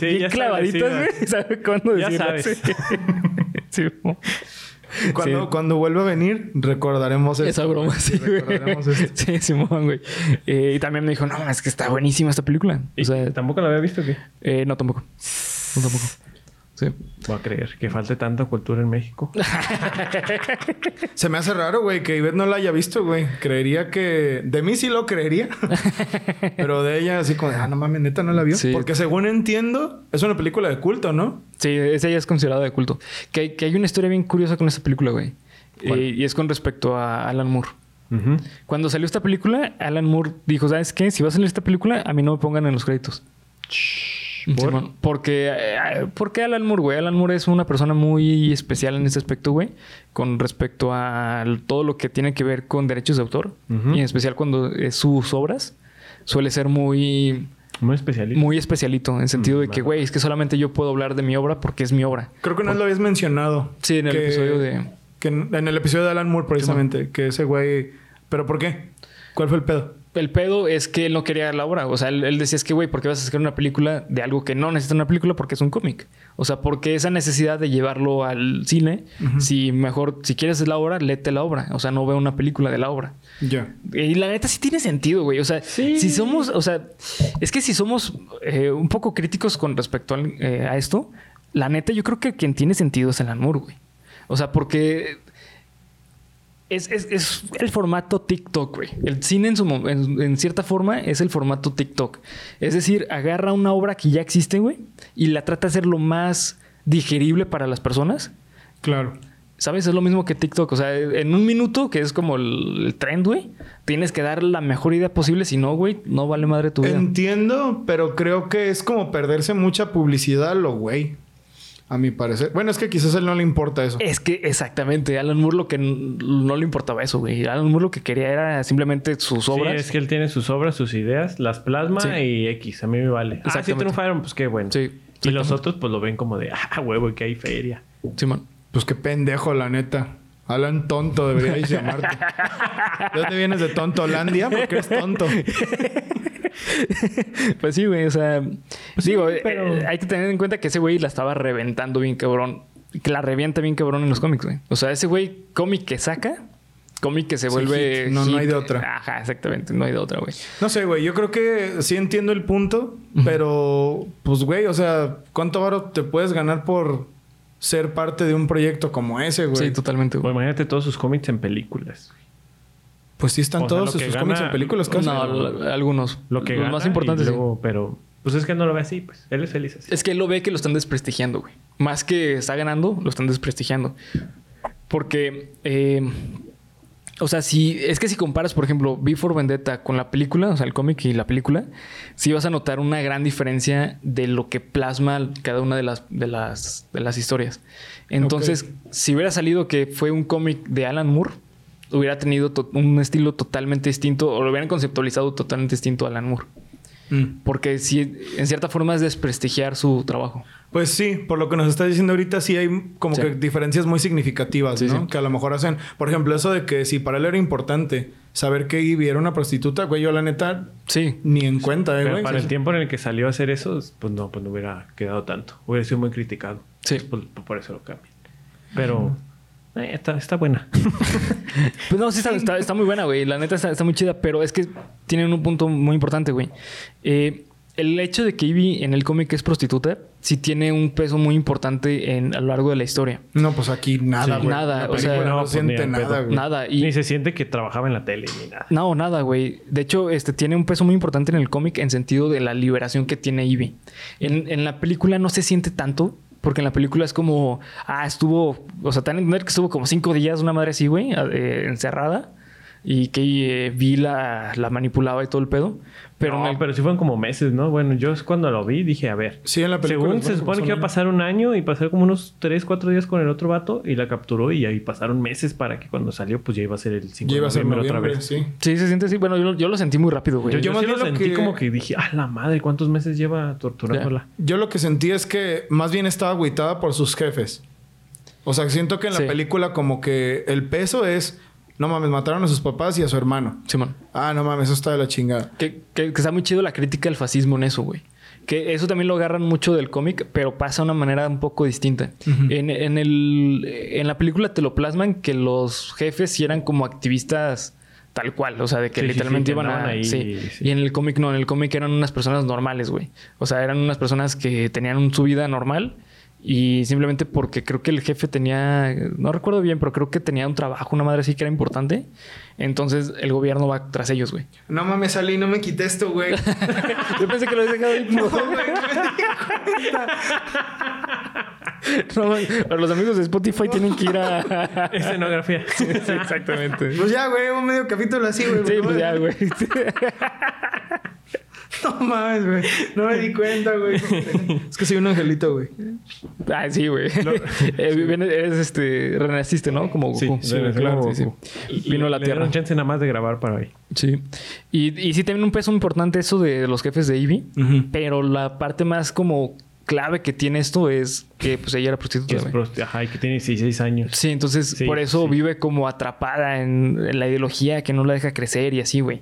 A: bien
C: ya sabe,
A: clavaditas,
C: sí,
A: güey. Sabe cuándo
C: Ya
A: decirlas.
C: sabes.
A: Sí. Sí, mo.
B: Cuando,
A: Sí.
B: cuando vuelva a venir, recordaremos esto.
A: esa broma, sí, güey.
B: Recordaremos esto.
A: Sí, Simón, güey. Eh, y también me dijo, no, es que está buenísima esta película. O
C: ¿Y
A: sea,
C: ¿Tampoco la había visto o qué?
A: eh, no, tampoco. No, tampoco. Sí.
C: Voy a creer que falte tanta cultura en México.
B: Se me hace raro, güey, que Ivette no la haya visto, güey. Creería que... De mí sí lo creería. Pero de ella así como... de, Ah, no mames, neta, no la vio.
A: Sí.
B: Porque según entiendo, es una película de culto, ¿no?
A: Sí, esa ya es considerada de culto. Que hay, que hay una historia bien curiosa con esta película, güey.
C: ¿Cuál?
A: Eh, y es con respecto a Alan Moore.
C: Ujú.
A: Cuando salió esta película, Alan Moore dijo, ¿sabes qué? Si va a salir esta película, a mí no me pongan en los créditos. Simón, porque, eh, ¿Por qué Alan Moore, güey? Alan Moore es una persona muy especial en este aspecto, güey. Con respecto a todo lo que tiene que ver con derechos de autor.
C: Ujú.
A: Y en especial cuando es sus obras suele ser muy...
C: Muy especialista.
A: Muy especialito, en sentido de que, güey, es que solamente yo puedo hablar de mi obra porque es mi obra.
B: Creo que no lo habías mencionado.
A: Sí, en el
B: Que-
A: episodio de.
B: Que en, en el episodio de Alan Moore, precisamente. Que ese güey... ¿Pero por qué? ¿Cuál fue el pedo?
A: El pedo es que él no quería la obra. O sea, él, él decía, es que, güey, ¿por qué vas a hacer una película de algo que no necesita una película? Porque es un cómic. O sea, porque esa necesidad de llevarlo al cine? Si mejor, si quieres la obra, léete la obra. O sea, no veo una película de la obra.
B: Ya.
A: Y la neta sí tiene sentido, güey. O sea, si somos, o sea, es que si somos eh, un poco críticos con respecto al- eh, a esto, la neta yo creo que quien tiene sentido es el amor, güey. O sea, porque es, es- es el formato TikTok, güey. El cine en, su, mo- en, en cierta forma es el formato TikTok. Es decir, agarra una obra que ya existe, güey, y la trata de hacer lo más digerible para las personas.
B: Claro.
A: ¿Sabes? Es lo mismo que TikTok. O sea, en un minuto, que es como el, el trend, güey, tienes que dar la mejor idea posible. Si no, güey, no vale madre tu vida.
B: Entiendo, pero creo que es como perderse mucha publicidad a lo güey. A mi parecer. Bueno, es que quizás a él no le importa eso.
A: Es que exactamente, Alan Moore lo que n- no le importaba eso, güey. Alan Moore lo que quería era simplemente sus obras.
C: Sí, es que él tiene sus obras, sus ideas, las plasma
A: Sí.
C: y X. A mí me vale. Ah, si
A: Exactamente.
C: triunfaron, pues qué bueno.
A: Sí,
C: Y
A: exactamente.
C: los otros, pues lo ven como de, ah, huevo, que hay feria.
A: Simón.
B: Pues qué pendejo, la neta. Alan tonto deberíais llamarte. ¿De dónde vienes de tonto? Holandia, porque eres tonto.
A: Pues sí, güey. O sea, digo, eh,
C: Pues pero-
A: eh, hay que tener en cuenta que ese güey la estaba reventando bien cabrón. Que la revienta bien cabrón en los cómics, güey. O sea, ese güey, cómic que saca, cómic que se vuelve.
B: hit. No, no hay
A: hit.
B: de otra.
A: Ajá, exactamente. No hay de otra, güey.
B: No sé, güey. Yo creo que sí entiendo el punto, pero pues, güey, o sea, ¿cuánto varo te puedes ganar por ser parte de un proyecto como ese, güey?
A: Sí, totalmente,
C: Bueno,
A: güey.
C: imagínate todos sus cómics en películas.
B: pues sí están
C: o sea,
B: todos
C: lo que
B: sus cómics
C: gana-
B: en películas, casi.
A: no, l- algunos.
C: Lo que
A: Los
C: gana
A: más importantes.
C: y
A: sí.
C: luego, Pero, pues es que no lo ve así, pues. Él es feliz así.
A: Es que él lo ve que lo están desprestigiando, güey. Más que está ganando, lo están desprestigiando. Porque, eh, o sea, si es que si comparas, por ejemplo, Before Vendetta con la película, o sea, el cómic y la película, sí vas a notar una gran diferencia de lo que plasma cada una de las, de las, de las historias. Entonces,
B: Ok.
A: si hubiera salido que fue un cómic de Alan Moore, hubiera tenido to- un estilo totalmente distinto, o lo hubieran conceptualizado totalmente distinto a Alan Moore.
B: Mm.
A: Porque sí, en cierta forma es desprestigiar su trabajo.
B: Pues sí, por lo que nos estás diciendo ahorita, sí hay como
A: Sí.
B: que diferencias muy significativas,
A: Sí,
B: ¿no?
A: sí.
B: Que a lo mejor hacen. Por ejemplo, eso de que si para él era importante saber que Ivy era una prostituta, güey, yo la neta
A: Sí.
B: ni en cuenta, eh,
C: Pero
B: güey.
C: para el
B: Sí.
C: tiempo en el que salió a hacer eso, pues no, pues no hubiera quedado tanto. Hubiera sido muy criticado.
A: Sí.
C: Pues, por, por eso lo cambian. Pero eh, está, está buena.
A: Pues no, sí está, está- está muy buena, güey. La neta está, está muy chida, pero es que tienen un punto muy importante, güey. Eh, el hecho de que Ivy en el cómic es prostituta, sí tiene un peso muy importante en, a lo largo de la historia.
B: No, pues aquí nada,
A: Sí.
B: güey.
A: Nada,
B: La
A: o sea,
B: película
C: no,
B: no
C: pues, ni
B: siente
C: en
B: nada,
C: pedo.
B: güey.
A: Nada. Y,
C: Ni se siente que trabajaba en la tele ni nada.
A: No, nada, güey. De hecho, este tiene un peso muy importante en el cómic en sentido de la liberación que tiene Ivy. En, en la película no se siente tanto Porque en la película es como, ah, estuvo, o sea, tan entender que estuvo como cinco días una madre así, güey, eh, encerrada. Y que eh, Vi la, la manipulaba y todo el pedo. Pero
C: Pero,
A: en
C: no,
A: el-
C: pero sí fueron como meses, ¿no? Bueno, yo es cuando lo vi dije, a ver.
B: Sí, en la película.
C: Según
B: es
C: se
B: bueno,
C: supone
B: son
C: que iba a
B: años.
C: pasar un año y pasar como unos 3, 4 días con el otro vato y la capturó y ahí pasaron meses para que cuando salió pues ya iba a ser el 5
B: Ya
C: de
B: iba a ser
C: noviembre otra
B: noviembre,
C: vez.
B: sí.
A: Sí, se siente así. Bueno, yo, lo- yo lo sentí muy rápido, güey.
C: Yo,
B: Yo
C: yo
B: más
C: sí
B: bien
C: lo
B: lo
C: sentí
B: que-
C: como que dije, ah, la madre, ¿cuántos meses lleva torturándola?
B: Yo lo que sentí es que más bien estaba agüitada por sus jefes. O sea, siento que en la
A: Sí.
B: película como que el peso es... No mames, mataron a sus papás y a su hermano.
A: Simón.
B: Ah, no mames, eso está de la chingada.
A: Que, que- que está muy chido la crítica al fascismo en eso, güey. Que eso también lo agarran mucho del cómic, pero pasa de una manera un poco distinta. en, en el, en la película te lo plasman que los jefes sí eran como activistas tal cual, o sea, de que
C: Sí, sí,
A: literalmente
C: sí, que
A: iban a...
C: andaban ahí,
A: sí.
C: sí.
A: Y en el cómic no, en el cómic eran unas personas normales, güey. O sea, eran unas personas que tenían un- su vida normal y simplemente porque creo que el jefe tenía, no recuerdo bien, pero creo que tenía un trabajo, una madre así que era importante. Entonces el gobierno va tras ellos, güey.
B: No mames, salí, no me quité esto, güey.
A: Yo pensé que lo habías dejado ahí. No, güey. Pero los amigos de Spotify tienen que ir a.
C: Escenografía.
A: exactamente.
B: pues ya, güey, un medio capítulo así, güey.
A: Sí, pues ya, güey.
B: No mames, güey. No me di cuenta, güey. es que soy un angelito, güey.
A: Ah, sí, güey. Eh, viene- eres este. Renaciste, ¿no? Como Goku.
B: sí,
A: Como
B: claro,
A: Goku.
C: sí,
A: Vino a la
C: Le dieron
A: tierra.
C: chance nada más de grabar para ahí.
A: Sí. Y, y sí, también un peso importante eso de los jefes de Ivy. Pero la parte más como clave que tiene esto es que pues ella era
C: Que
A: prostituta.
C: es
A: güey.
C: prosti- Ajá, y que tiene 16 años.
A: Sí, entonces
C: Sí,
A: por eso
C: sí.
A: vive como atrapada en, en la ideología que no la deja crecer y así, güey.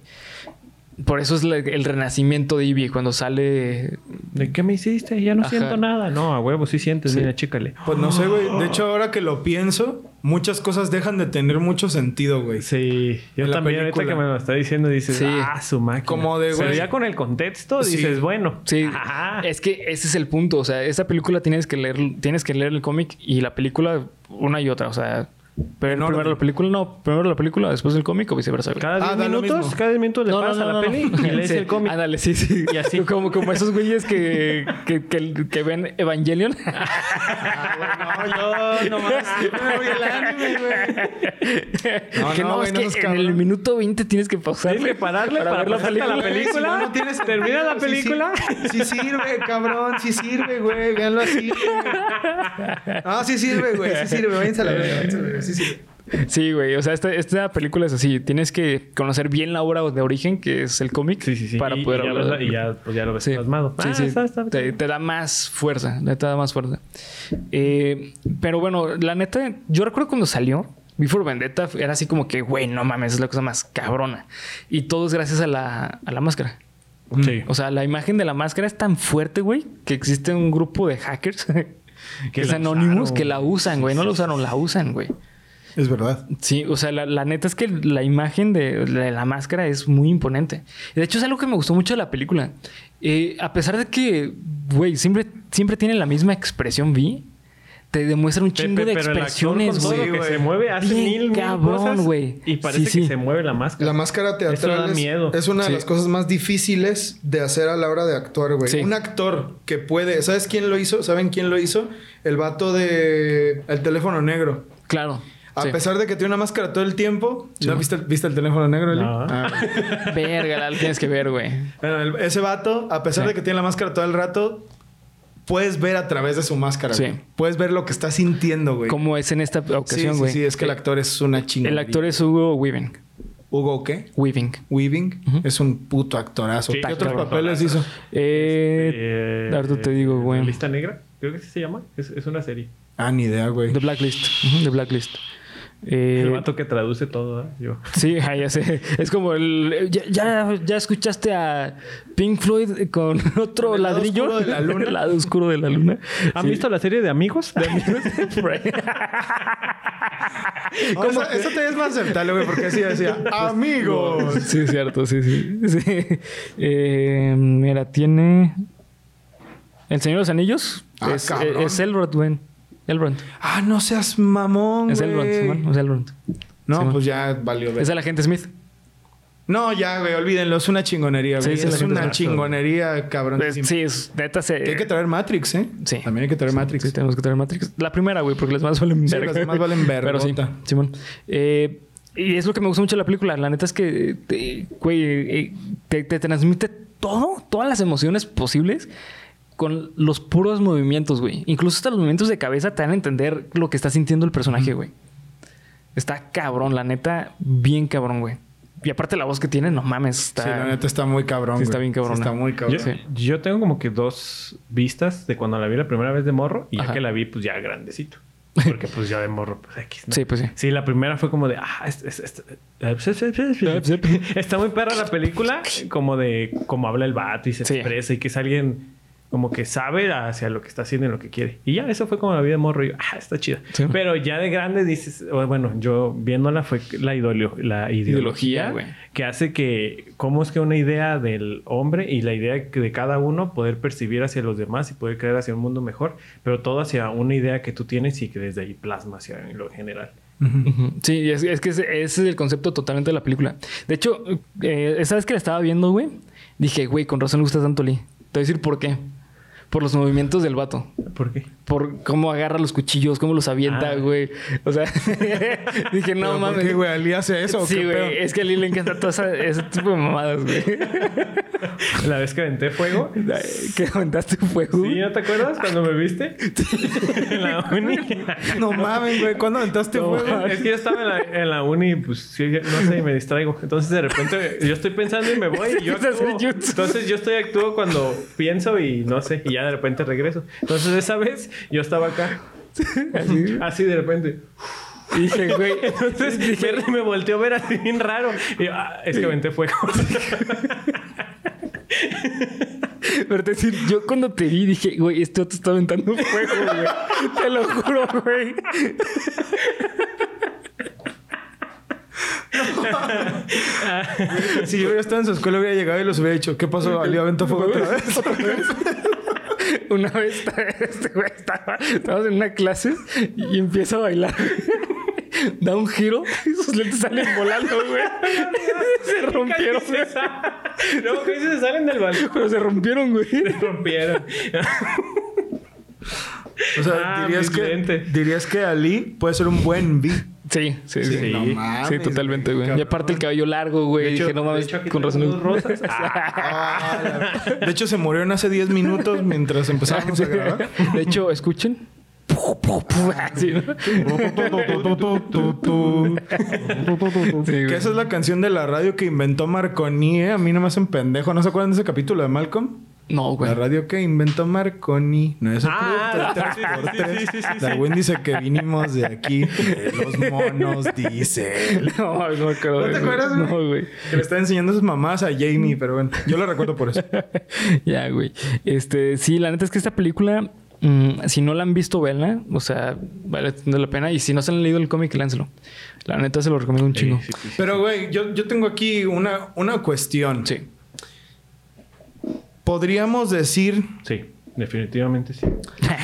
A: Por eso es la- el renacimiento de Ivy cuando sale.
C: ¿De qué me hiciste? Ya no
A: Ajá.
C: siento nada. No, a huevo, sí sientes. Mira, chécale.
B: Pues no sé, güey. De hecho, ahora que lo pienso, muchas cosas dejan de tener mucho sentido, güey.
C: Sí, yo
B: En la
C: también ahorita
B: película.
C: que me lo está diciendo dices,
A: Sí.
C: ah, su máquina.
B: Como de,
C: Pero
B: güey.
C: ya con el contexto
B: Sí.
C: dices, bueno.
A: Sí,
C: Ajá.
A: es que ese es el punto. O sea, esta película tienes que leer, tienes que leer el cómic y la película una y otra. O sea, pero
B: orden.
A: primero la película, no, primero la película, después el cómic o viceversa. güey.
C: Cada
B: Ah,
C: 10
B: da lo
C: minutos,
B: mismo.
C: cada 10 minutos le
A: No, no,
C: paras
A: no,
C: a
A: no,
C: la
A: no.
C: peli y lees
A: Sí,
C: el cómic.
A: Ándale, sí, sí.
C: Y así.
A: Como, como esos güeyes que, que, que, que ven Evangelion.
C: Ah,
B: No, yo nomás me voy al anime, güey. No,
A: que no,
B: no, güey,
A: es
B: no
A: que
B: seas
A: en
B: cabrón.
A: el minuto 20 tienes que pausarle.
C: Tienes que pararle para
A: ver la
C: pasarte a la
A: película.
B: Güey, si
C: película.
B: no, no tiene sentido,
C: Termina la
B: sí,
C: película.
B: Sí, sí sirve, cabrón. Sí sirve, güey. Véanlo así, güey. No, sí sirve, güey. Sí sirve. Váyanse a la verga. váyanse a la verga, Sí sirve.
A: Sí, güey. O sea, esta, esta película es así. Tienes que conocer bien la obra de origen, que es el cómic.
C: Sí, sí, sí.
A: Para
C: y,
A: poder
C: y ya,
A: hablar.
C: ves la- y ya, pues, ya lo ves
A: Sí,
C: plasmado.
A: sí,
C: Ah,
A: sí.
C: está- está-
A: Te, te da más fuerza. neta, Te da más fuerza. Eh, pero bueno, la neta, yo recuerdo cuando salió. Before Vendetta era así como que, güey, no mames, es la cosa más cabrona. Y todo es gracias a la, a la máscara.
C: Sí.
A: O sea, la imagen de la máscara es tan fuerte, güey, que existe un grupo de hackers que es
C: la
A: anónimos
C: usaron.
A: que la usan, güey. No la usaron, la usan, güey.
B: Es verdad.
A: Sí, o sea, la, la neta es que la imagen de la, la máscara es muy imponente. De hecho, es algo que me gustó mucho de la película. Eh, a pesar de que, güey, siempre, siempre tiene la misma expresión, vi. Te demuestra un
C: Pe-
A: chingo
C: pe-
A: de
C: pero el actor
A: expresiones,
C: con todo
A: güey.
C: lo que
B: güey.
C: se mueve hace
A: Bien
C: mil, mil
A: cabrón,
C: cosas
A: güey.
C: Y parece
A: Sí, sí.
C: que se mueve la máscara.
D: La máscara
C: Eso
D: teatral
C: da
D: es,
C: miedo.
D: es una
A: Sí.
D: de las cosas más difíciles de hacer a la hora de actuar, güey.
A: Sí.
D: Un actor que puede... ¿Sabes quién lo hizo? ¿Saben quién lo hizo? El vato de...
B: El teléfono negro.
A: Claro.
D: A
A: sí.
D: pesar de que tiene una máscara todo el tiempo...
B: ¿No viste el, viste el teléfono negro, Eli?
C: No.
B: Ah, güey.
A: Verga, la tienes que ver, güey.
B: Bueno, el- ese vato, a pesar
A: Sí.
B: de que tiene la máscara todo el rato, puedes ver a través de su máscara.
A: Sí.
B: güey. Puedes ver lo que está sintiendo, güey.
A: Como es en esta
B: Sí,
A: ocasión,
B: sí,
A: güey. Eh,
B: sí, es que el actor es una chingada.
A: El actor es Hugo Weaving.
B: Hugo, ¿qué?
A: Weaving.
B: Weaving. Es un puto actorazo.
C: Sí,
B: ¿Qué otros
A: cabrón.
B: papeles hizo?
A: Eh,
C: Eh,
A: Ahorita te digo, güey.
C: ¿Lista negra? Creo que así se llama. Es, es una serie.
B: Ah, ni idea, güey.
A: The Blacklist. Ujú, The Blacklist.
C: Este, El
A: Eh,
C: vato que traduce todo, ¿eh? Yo.
A: Sí, ah, ya sé. Es como el. Ya, ya, ya escuchaste a Pink Floyd con otro
B: Con el lado
A: ladrillo.
B: oscuro de la luna.
A: El lado oscuro de la luna.
C: ¿Han
A: Sí.
C: visto la serie de amigos?
B: No, esa, esa te es más aceptable, güey, porque así decía,
A: Pues,
B: amigos.
A: Sí, es cierto, sí, sí. Sí. Eh, mira, tiene. El Señor de los Anillos.
B: Ah,
A: es, eh,
B: cabrón.
A: es Elrond, güey. Elrond.
B: Ah, no seas mamón,
A: Es
B: güey.
A: Elrond, Simón, es Elrond.
B: No,
A: Simón.
B: pues ya valió ver.
A: Es el agente Smith.
B: No, ya, güey, olvídenlo. Es una chingonería, güey.
A: Sí, sí, la
B: es
A: gente
B: una
A: es
B: chingonería, cabrón.
A: Pues, sí, es, neta se...
B: Hay que traer Matrix, ¿eh?
A: Sí.
B: También hay que traer
A: Sí,
B: Matrix.
A: Sí, tenemos que traer Matrix. La primera, güey, porque las demás valen
B: Sí,
A: verga,
B: las demás
A: güey.
B: valen
A: Pero sí,
B: vergota.
A: Simón. Eh, y es lo que me gusta mucho de la película. La neta es que, eh, güey, eh, te, te transmite todo, todas las emociones posibles con los puros movimientos, güey. Incluso hasta los movimientos de cabeza te dan a entender lo que está sintiendo el personaje, güey. Está cabrón, la neta, bien cabrón, güey. Y aparte la voz que tiene, no mames, está...
B: Sí, la neta está muy
A: Sí,
B: cabrón. güey.
A: está bien cabrona.
B: Sí, está muy
C: Yo,
B: cabrón.
A: Sí.
C: yo tengo como que dos vistas de cuando la vi la primera vez de morro y ya
A: Ajá.
C: que la vi, pues ya grandecito. Porque pues ya de morro, pues X. ¿no?
A: Sí, pues sí.
C: Sí, la primera fue como de. Ah, es- es- es- está muy perra la película, como de cómo habla el vato y se
A: Sí.
C: expresa y que es alguien como que sabe hacia lo que está haciendo y lo que quiere. Y ya, eso fue como la vida de morro. Y yo, ah, está chida.
A: Sí.
C: Pero ya de grande dices, o bueno, yo viéndola fue la, idolio- la
A: Ideología,
C: ideología,
A: güey.
C: que hace que, cómo es que una idea del hombre y la idea que de cada uno poder percibir hacia los demás y poder crear hacia un mundo mejor, pero todo hacia una idea que tú tienes y que desde ahí plasma hacia lo general.
A: Ujú. Sí, y es, es que ese, ese es el concepto totalmente de la película. De hecho, eh, esa vez que la estaba viendo, güey, dije, güey, con razón le gusta tanto Lee. Te voy a decir por qué. Por los movimientos del vato.
C: ¿Por qué?
A: Por cómo agarra los cuchillos, cómo los avienta,
C: Ah.
A: güey. O sea, dije,
B: ¿Pero
A: no
B: por
A: mames.
B: qué, güey? ¿Ali hace eso? o
A: sí,
B: qué pedo?
A: güey. Es que a Lee le encanta todo esa- ese tipo de mamadas, güey.
C: La vez que aventé fuego.
A: que aventaste fuego.
C: ¿Sí? ¿No te acuerdas cuando me viste? en la uni.
B: No mames, güey. ¿Cuándo aventaste
C: No,
B: fuego?
C: es que yo estaba en la, en la uni, pues sí, no sé, y me distraigo. Entonces de repente yo estoy pensando y me voy y yo
A: Empiezas a
C: actúo.
A: hacer jutsu.
C: Entonces yo estoy actúo cuando pienso y no sé, y ya de repente regreso. Entonces esa vez yo estaba acá,
A: Así.
C: así de repente.
A: Y dije, güey.
C: Entonces me, me volteó a ver así bien raro. Y yo, ah, es que aventé fuego.
A: Pero te decir, yo cuando te vi dije, güey, este otro está aventando fuego, güey. Te lo juro, güey.
B: Si yo hubiera estado en su escuela, hubiera llegado y los hubiera dicho, ¿qué pasó? ¿Ali aventó fuego otra vez?
A: Una vez este güey estaba, estábamos en una clase y empieza a bailar. Da un giro y sus lentes salen volando, güey. Se rompieron,
C: Casi se sal- No, casi se salen del balcón.
A: pero se rompieron, güey.
C: Rompieron.
B: O sea,
C: Ah,
B: dirías,
C: mis
B: que,
C: lentes.
B: dirías que Ali puede ser un buen B.
A: Sí, sí, sí. Sí,
B: no mames,
A: totalmente,
B: güey,
A: güey. Y aparte el cabello largo, güey. Dije, no mames, con razón.
C: rosas.
A: Ah,
B: De hecho, se murieron hace 10 minutos mientras empezábamos a grabar.
A: De hecho, escuchen. Pu, pu, pu, así, ¿no? Sí, güey.
B: Que esa es la canción de la radio que inventó Marconi, ¿eh? A mí no me hacen pendejo. ¿No se acuerdan de ese capítulo de Malcolm?
A: No, güey.
B: La radio que inventó Marconi. No es el
C: Ah,
B: club del
C: sí, sí,
B: 3x3.
C: sí, sí, sí, sí.
B: Darwin dice que vinimos de aquí. de Los monos, dice. él.
A: No, mames, no me acuerdo.
B: ¿No
A: de
B: te
A: eso.
B: acuerdas, güey?
A: No, güey.
B: Que le está enseñando sus mamás a Jamie, pero bueno, yo lo recuerdo por eso.
A: ya, güey. Este, sí, la neta es que esta película, mm, si no la han visto, véanla. O sea, vale la pena. Y si no se han leído el cómic, láncelo. La neta se lo recomiendo un chingo. Sí.
B: Pero, güey, yo, yo tengo aquí una, una cuestión. Podríamos decir.
C: Sí, definitivamente sí.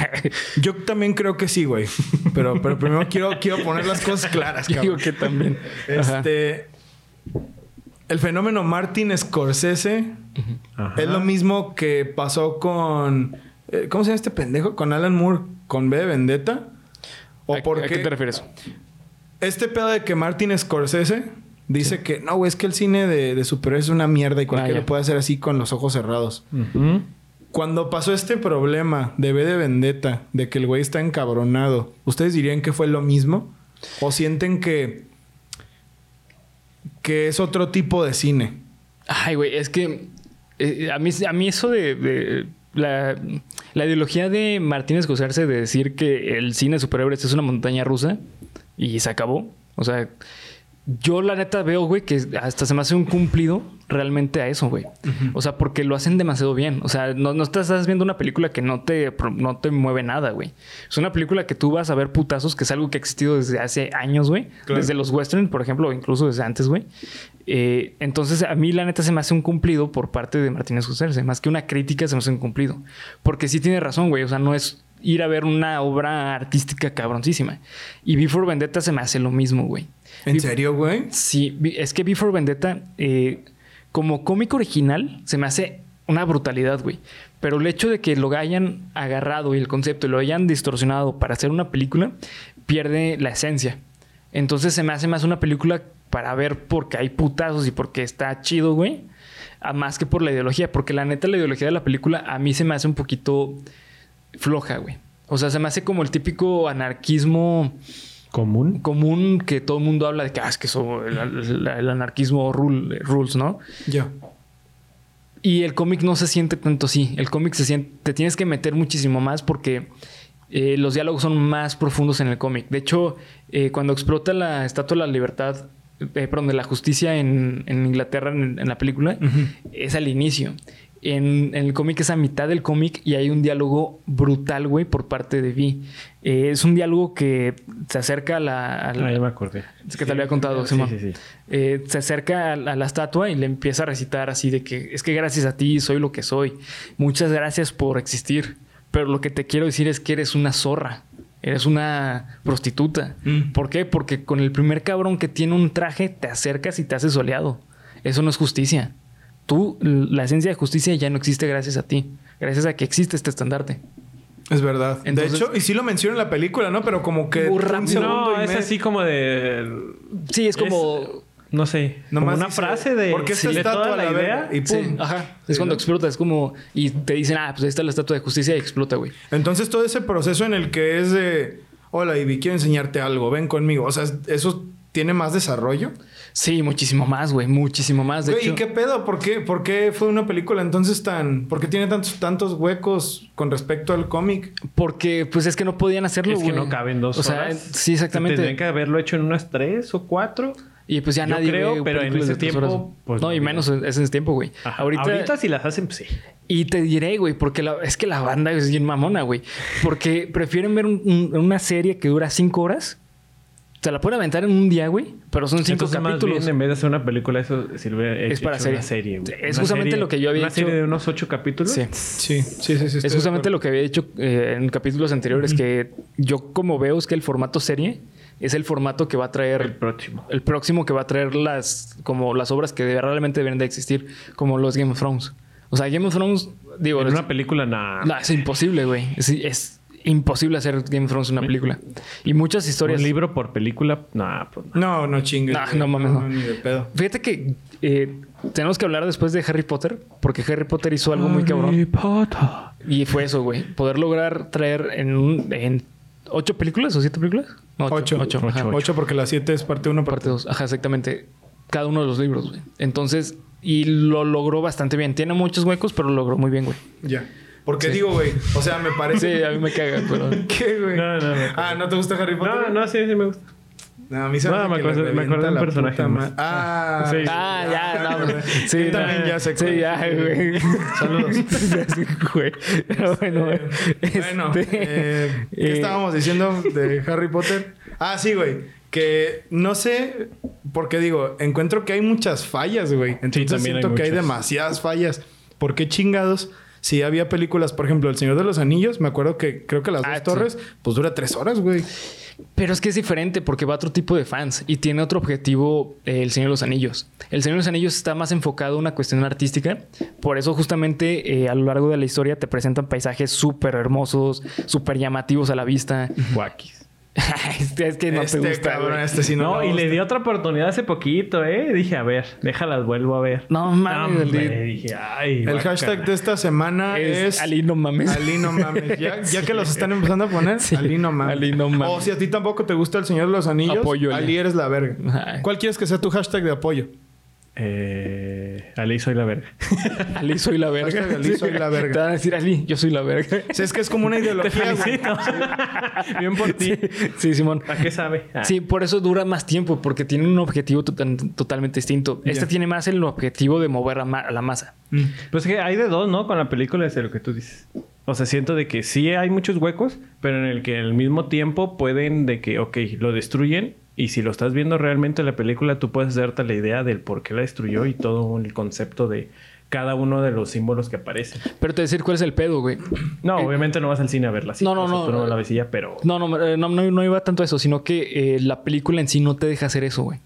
B: Yo también creo que sí, güey. Pero, pero primero quiero, quiero poner las cosas claras,
A: Yo digo
B: cabrón.
A: que también. Ajá.
B: Este. El fenómeno Martin Scorsese
C: Ajá.
B: es lo mismo que pasó con. eh, ¿Cómo se llama este pendejo? Con Alan Moore, con B de Vendetta. ¿O
A: ¿A-
B: por
A: ¿A qué te refieres?
B: Este pedo de que Martin Scorsese dice que no, güey, es que el cine de, de superhéroes es una mierda y cualquiera
A: Ah, ya.
B: lo puede hacer así con los ojos cerrados.
C: Ujú.
B: Cuando pasó este problema de B de Vendetta, de que el güey está encabronado, ¿ustedes dirían que fue lo mismo? ¿O sienten que, que es otro tipo de cine?
A: Ay, güey, es que eh, a, mí, a mí eso de, de la, la ideología de Martínez Scorsese de decir que el cine de superhéroes es una montaña rusa y se acabó. O sea, yo la neta veo, güey, que hasta se me hace un cumplido realmente a eso, güey. O sea, porque lo hacen demasiado bien. O sea, no, no estás, estás viendo una película que no te, pro- no te mueve nada, güey. Es una película que tú vas a ver putazos, que es algo que ha existido desde hace años, güey.
B: Claro.
A: Desde los western, por ejemplo, o incluso desde antes, güey. Eh, entonces, a mí la neta se me hace un cumplido por parte de Martínez Scorsese. Más que una crítica, se me hace un cumplido. Porque sí tiene razón, güey. O sea, no es ir a ver una obra artística cabroncísima. Y Before Vendetta se me hace lo mismo, güey.
B: ¿En
A: Bef-
B: serio, güey?
A: Sí, vi- es que Before Vendetta, eh, como cómic original, se me hace una brutalidad, güey. Pero el hecho de que lo hayan agarrado y el concepto y lo hayan distorsionado para hacer una película, pierde la esencia. Entonces se me hace más una película para ver porque hay putazos y porque está chido, güey. a Más que por la ideología, porque la neta la ideología de la película a mí se me hace un poquito floja, güey. O sea, se me hace como el típico anarquismo
C: Común.
A: común que todo el mundo habla de que, ah, es que eso, el, el- el anarquismo rule- rules, ¿no?
B: Yo.
A: Y el cómic no se siente tanto así. El cómic se siente, te tienes que meter muchísimo más porque eh, los diálogos son más profundos en el cómic. De hecho, eh, cuando explota la Estatua de la Libertad, eh, perdón, de la Justicia en, en Inglaterra, en, en la película, es al inicio. En, en el cómic es a mitad del cómic y hay un diálogo brutal, güey, por parte de Vi. Eh, es un diálogo que se acerca a la... a la-
C: Ah, ya me acordé.
A: es que te lo había contado,
C: Sí,
A: Simón.
C: sí, sí.
A: Eh, se acerca a, la a la estatua y le empieza a recitar así de que es que gracias a ti soy lo que soy. Muchas gracias por existir. Pero lo que te quiero decir es que eres una zorra. Eres una prostituta.
B: Mm.
A: ¿Por qué? Porque con el primer cabrón que tiene un traje te acercas y te haces soleado. Eso no es justicia. Tú, l- la esencia de justicia ya no existe gracias a ti. Gracias a que existe este estandarte.
B: Es verdad.
A: Entonces-
B: de hecho, y sí lo menciona en la película, ¿no? Pero como que.
A: Muy
B: un
A: rápido.
B: segundo
C: No,
B: y
C: es
B: medio.
C: así como de.
A: Sí, es como...
C: No sé.
B: Nomás
C: como una
B: dice,
C: frase de.
B: "¿Por qué esta
C: sí, de
B: estatua
C: toda
B: a
C: la
B: la
C: idea.
B: verga?" Y
A: Sí,
B: pum.
A: ajá. Es cuando explota, es como... Y te dicen, ah, pues ahí está la estatua de justicia y explota, güey.
B: Entonces, todo ese proceso en el que es de. Hola, Ivy, quiero enseñarte algo, ven conmigo. O sea, eso tiene más desarrollo.
A: Sí, muchísimo más, güey. Muchísimo más. De
B: Güey,
A: hecho,
B: ¿y qué pedo? ¿Por qué? ¿Por qué fue una película entonces tan. ¿Por qué tiene tantos, tantos huecos con respecto al cómic?
A: porque pues es que no podían hacerlo,
C: Es que
A: güey.
C: no caben dos
A: O sea,
C: horas.
A: sí, exactamente.
C: Tendrían que haberlo hecho en unas tres o cuatro.
A: Y pues ya
C: Yo
A: nadie
C: creo,
A: ve
C: pero en
A: películas
C: ese
A: de tres
C: tiempo,
A: horas.
C: pues,
A: no,
C: no
A: y
C: había.
A: menos en ese tiempo, güey.
C: Ajá.
A: Ahorita,
C: Ahorita, si las hacen, pues, sí.
A: Y te diré, güey, porque la, es que la banda es bien mamona, güey. Porque prefieren ver un- un- una serie que dura cinco horas. Se la pueden aventar en un día, güey. Pero son cinco
C: Entonces, más
A: capítulos.
C: bien, en vez de hacer una película, eso sirve eh,
A: Es para serie.
C: una serie. güey.
A: Es
C: Una
A: justamente lo que yo había
C: una
A: hecho.
C: serie de unos ocho capítulos.
A: Sí.
B: Sí, sí, sí. sí
A: Es justamente lo que había dicho eh, en capítulos anteriores, que yo como veo es que el formato serie es el formato que va a traer
C: El próximo.
A: el próximo que va a traer las como las obras que de- realmente deben de existir, como los Game of Thrones. O sea, Game of Thrones, digo,
C: en
A: es,
C: una película, nada.
A: no, es imposible, güey. Es, es imposible hacer Game of Thrones una película. Y muchas historias.
C: Un libro por película, nada, pues
B: No,
C: no.
B: no chingues.
A: No,
B: güey.
A: no mames, no.
B: Ni de pedo.
A: Fíjate que eh, tenemos que hablar después de Harry Potter, porque Harry Potter hizo algo muy cabrón.
C: Harry Potter.
A: Y fue eso, güey. Poder lograr traer en, un- en ocho películas o siete películas. No,
B: Ocho.
A: Ocho. ajá.
B: Ocho, porque la siete es parte uno,
A: Parte dos. Ajá, exactamente. Cada uno de los libros, güey. Entonces, y lo logró bastante bien. Tiene muchos huecos, pero lo logró muy bien, güey.
B: Ya. Porque digo, güey. O sea, me parece.
A: Sí, a mí me caga, pero...
B: ¿Qué, güey?
C: No, no, no.
B: Ah, ¿no te gusta Harry
C: No,
B: Potter?
C: no, sí, sí me gusta.
B: No, a mí se
C: No,
B: hace
C: me
B: que
C: acuerdo-
B: le
C: me acuerdo de un
B: revienta la
C: personaje
B: puta
C: más.
B: ma- Ah,
C: Sí.
A: Ah, ya, no. güey.
B: Yo
A: Sí,
B: también
A: no.
B: ya sé cuál
A: Sí,
B: es.
A: ya, güey.
B: Saludos.
A: Sí, güey. Pero bueno, güey.
B: Eh, Bueno,
A: Este,
B: eh, ¿qué
A: eh,
B: estábamos diciendo de Harry Potter? Ah, sí, güey. Que no sé, porque digo, encuentro que hay muchas fallas, güey. Entonces
C: también hay
B: siento que hay
C: muchas.
B: demasiadas fallas. ¿Por qué chingados? Si había películas, por ejemplo, El Señor de los Anillos, me acuerdo que creo que Las
A: Ah,
B: Dos
A: sí.
B: Torres, pues dura tres horas, güey.
A: Pero es que es diferente porque va a otro tipo de fans y tiene otro objetivo eh, el Señor de los Anillos. El Señor de los Anillos está más enfocado a una cuestión artística. Por eso justamente eh, a lo largo de la historia te presentan paisajes súper hermosos, súper llamativos a la vista.
C: Guakis.
A: Este es que no
B: este
A: te gusta.
B: cabrón,
A: güey.
B: este sí no.
C: No,
B: me
C: y le
B: gusta.
C: di otra oportunidad hace poquito, ¿eh? Dije, a ver, déjalas, vuelvo a ver.
A: No mames,
C: Hombre,
A: Ali.
C: dije, ay.
B: El
C: guácala.
B: hashtag de esta semana
A: Es,
B: Ah, es.
A: Ali, no mames.
B: Ali no mames. Ya, ya que los están empezando a poner,
A: Sí.
B: Ali no mames.
A: Ali no mames.
B: O si a ti tampoco te gusta el Señor de los Anillos,
A: Apoyo, Ali.
B: Ali eres la verga.
A: Ay.
B: ¿Cuál quieres que sea tu hashtag de apoyo?
C: Eh, Ali, soy la verga.
A: Ali, soy la verga.
B: Hashtag Ali, soy la verga.
A: Te van a decir Ali, yo soy la verga.
B: O sea, es que es como una
C: Te
B: ideología. güey.
C: felicito. Bien por ti.
A: Sí, Simón.
C: ¿A qué sabe? Ah,
A: Sí, por eso dura más tiempo, porque tiene un objetivo totan- totalmente distinto. Este tiene más el objetivo de mover a, ma- a la masa.
C: Pues que hay de dos, ¿no? Con la película es de lo que tú dices. O sea, siento de que sí hay muchos huecos, pero en el que al mismo tiempo pueden de que, ok, lo destruyen. Y si lo estás viendo realmente en la película, tú puedes darte la idea del por qué la destruyó y todo el concepto de cada uno de los símbolos que aparecen.
A: Pero te decir cuál es el pedo, güey.
C: No,
A: Eh,
C: obviamente no vas al cine a verla. así,
A: no, no,
C: o sea,
A: no,
C: tú no ves
A: eh,
C: la vecilla, pero...
A: No, no, eh, no, no, no iba tanto a eso, sino que eh, la película en sí no te deja hacer eso, güey.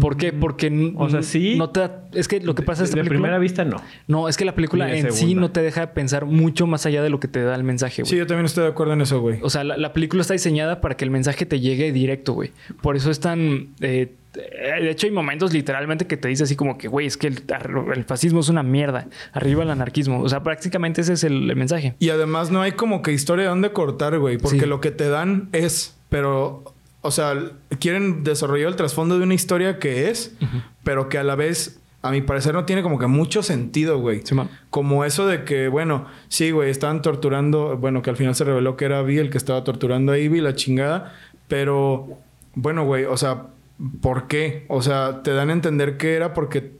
A: ¿Por qué? Porque n-
C: Mm. O sea,
A: n-
C: sí.
A: No te da- es que lo que pasa
C: de,
A: es que
C: de primera vista no.
A: No, es que la película
C: Ni de
A: en sí
C: segunda.
A: no te deja pensar mucho más allá de lo que te da el mensaje, güey.
B: Sí, yo también estoy de acuerdo en eso, güey.
A: O sea, la, la película está diseñada para que el mensaje te llegue directo, güey. Por eso es tan... eh, eh, de hecho, hay momentos literalmente que te dice así como que, güey, es que el, ar- el fascismo es una mierda. Arriba el anarquismo. O sea, prácticamente ese es el, el mensaje.
B: Y además no hay como que historia de dónde cortar, güey. Porque
A: Sí.
B: lo que te dan es, pero... O sea, quieren desarrollar el trasfondo de una historia que es, pero que a la vez, a mi parecer, no tiene como que mucho sentido, güey.
A: Simón.
B: Como eso de que, bueno, sí, güey, estaban torturando, bueno, que al final se reveló que era Abby el que estaba torturando a Ivy, la chingada, pero, bueno, güey, o sea, ¿por qué? O sea, te dan a entender que era porque,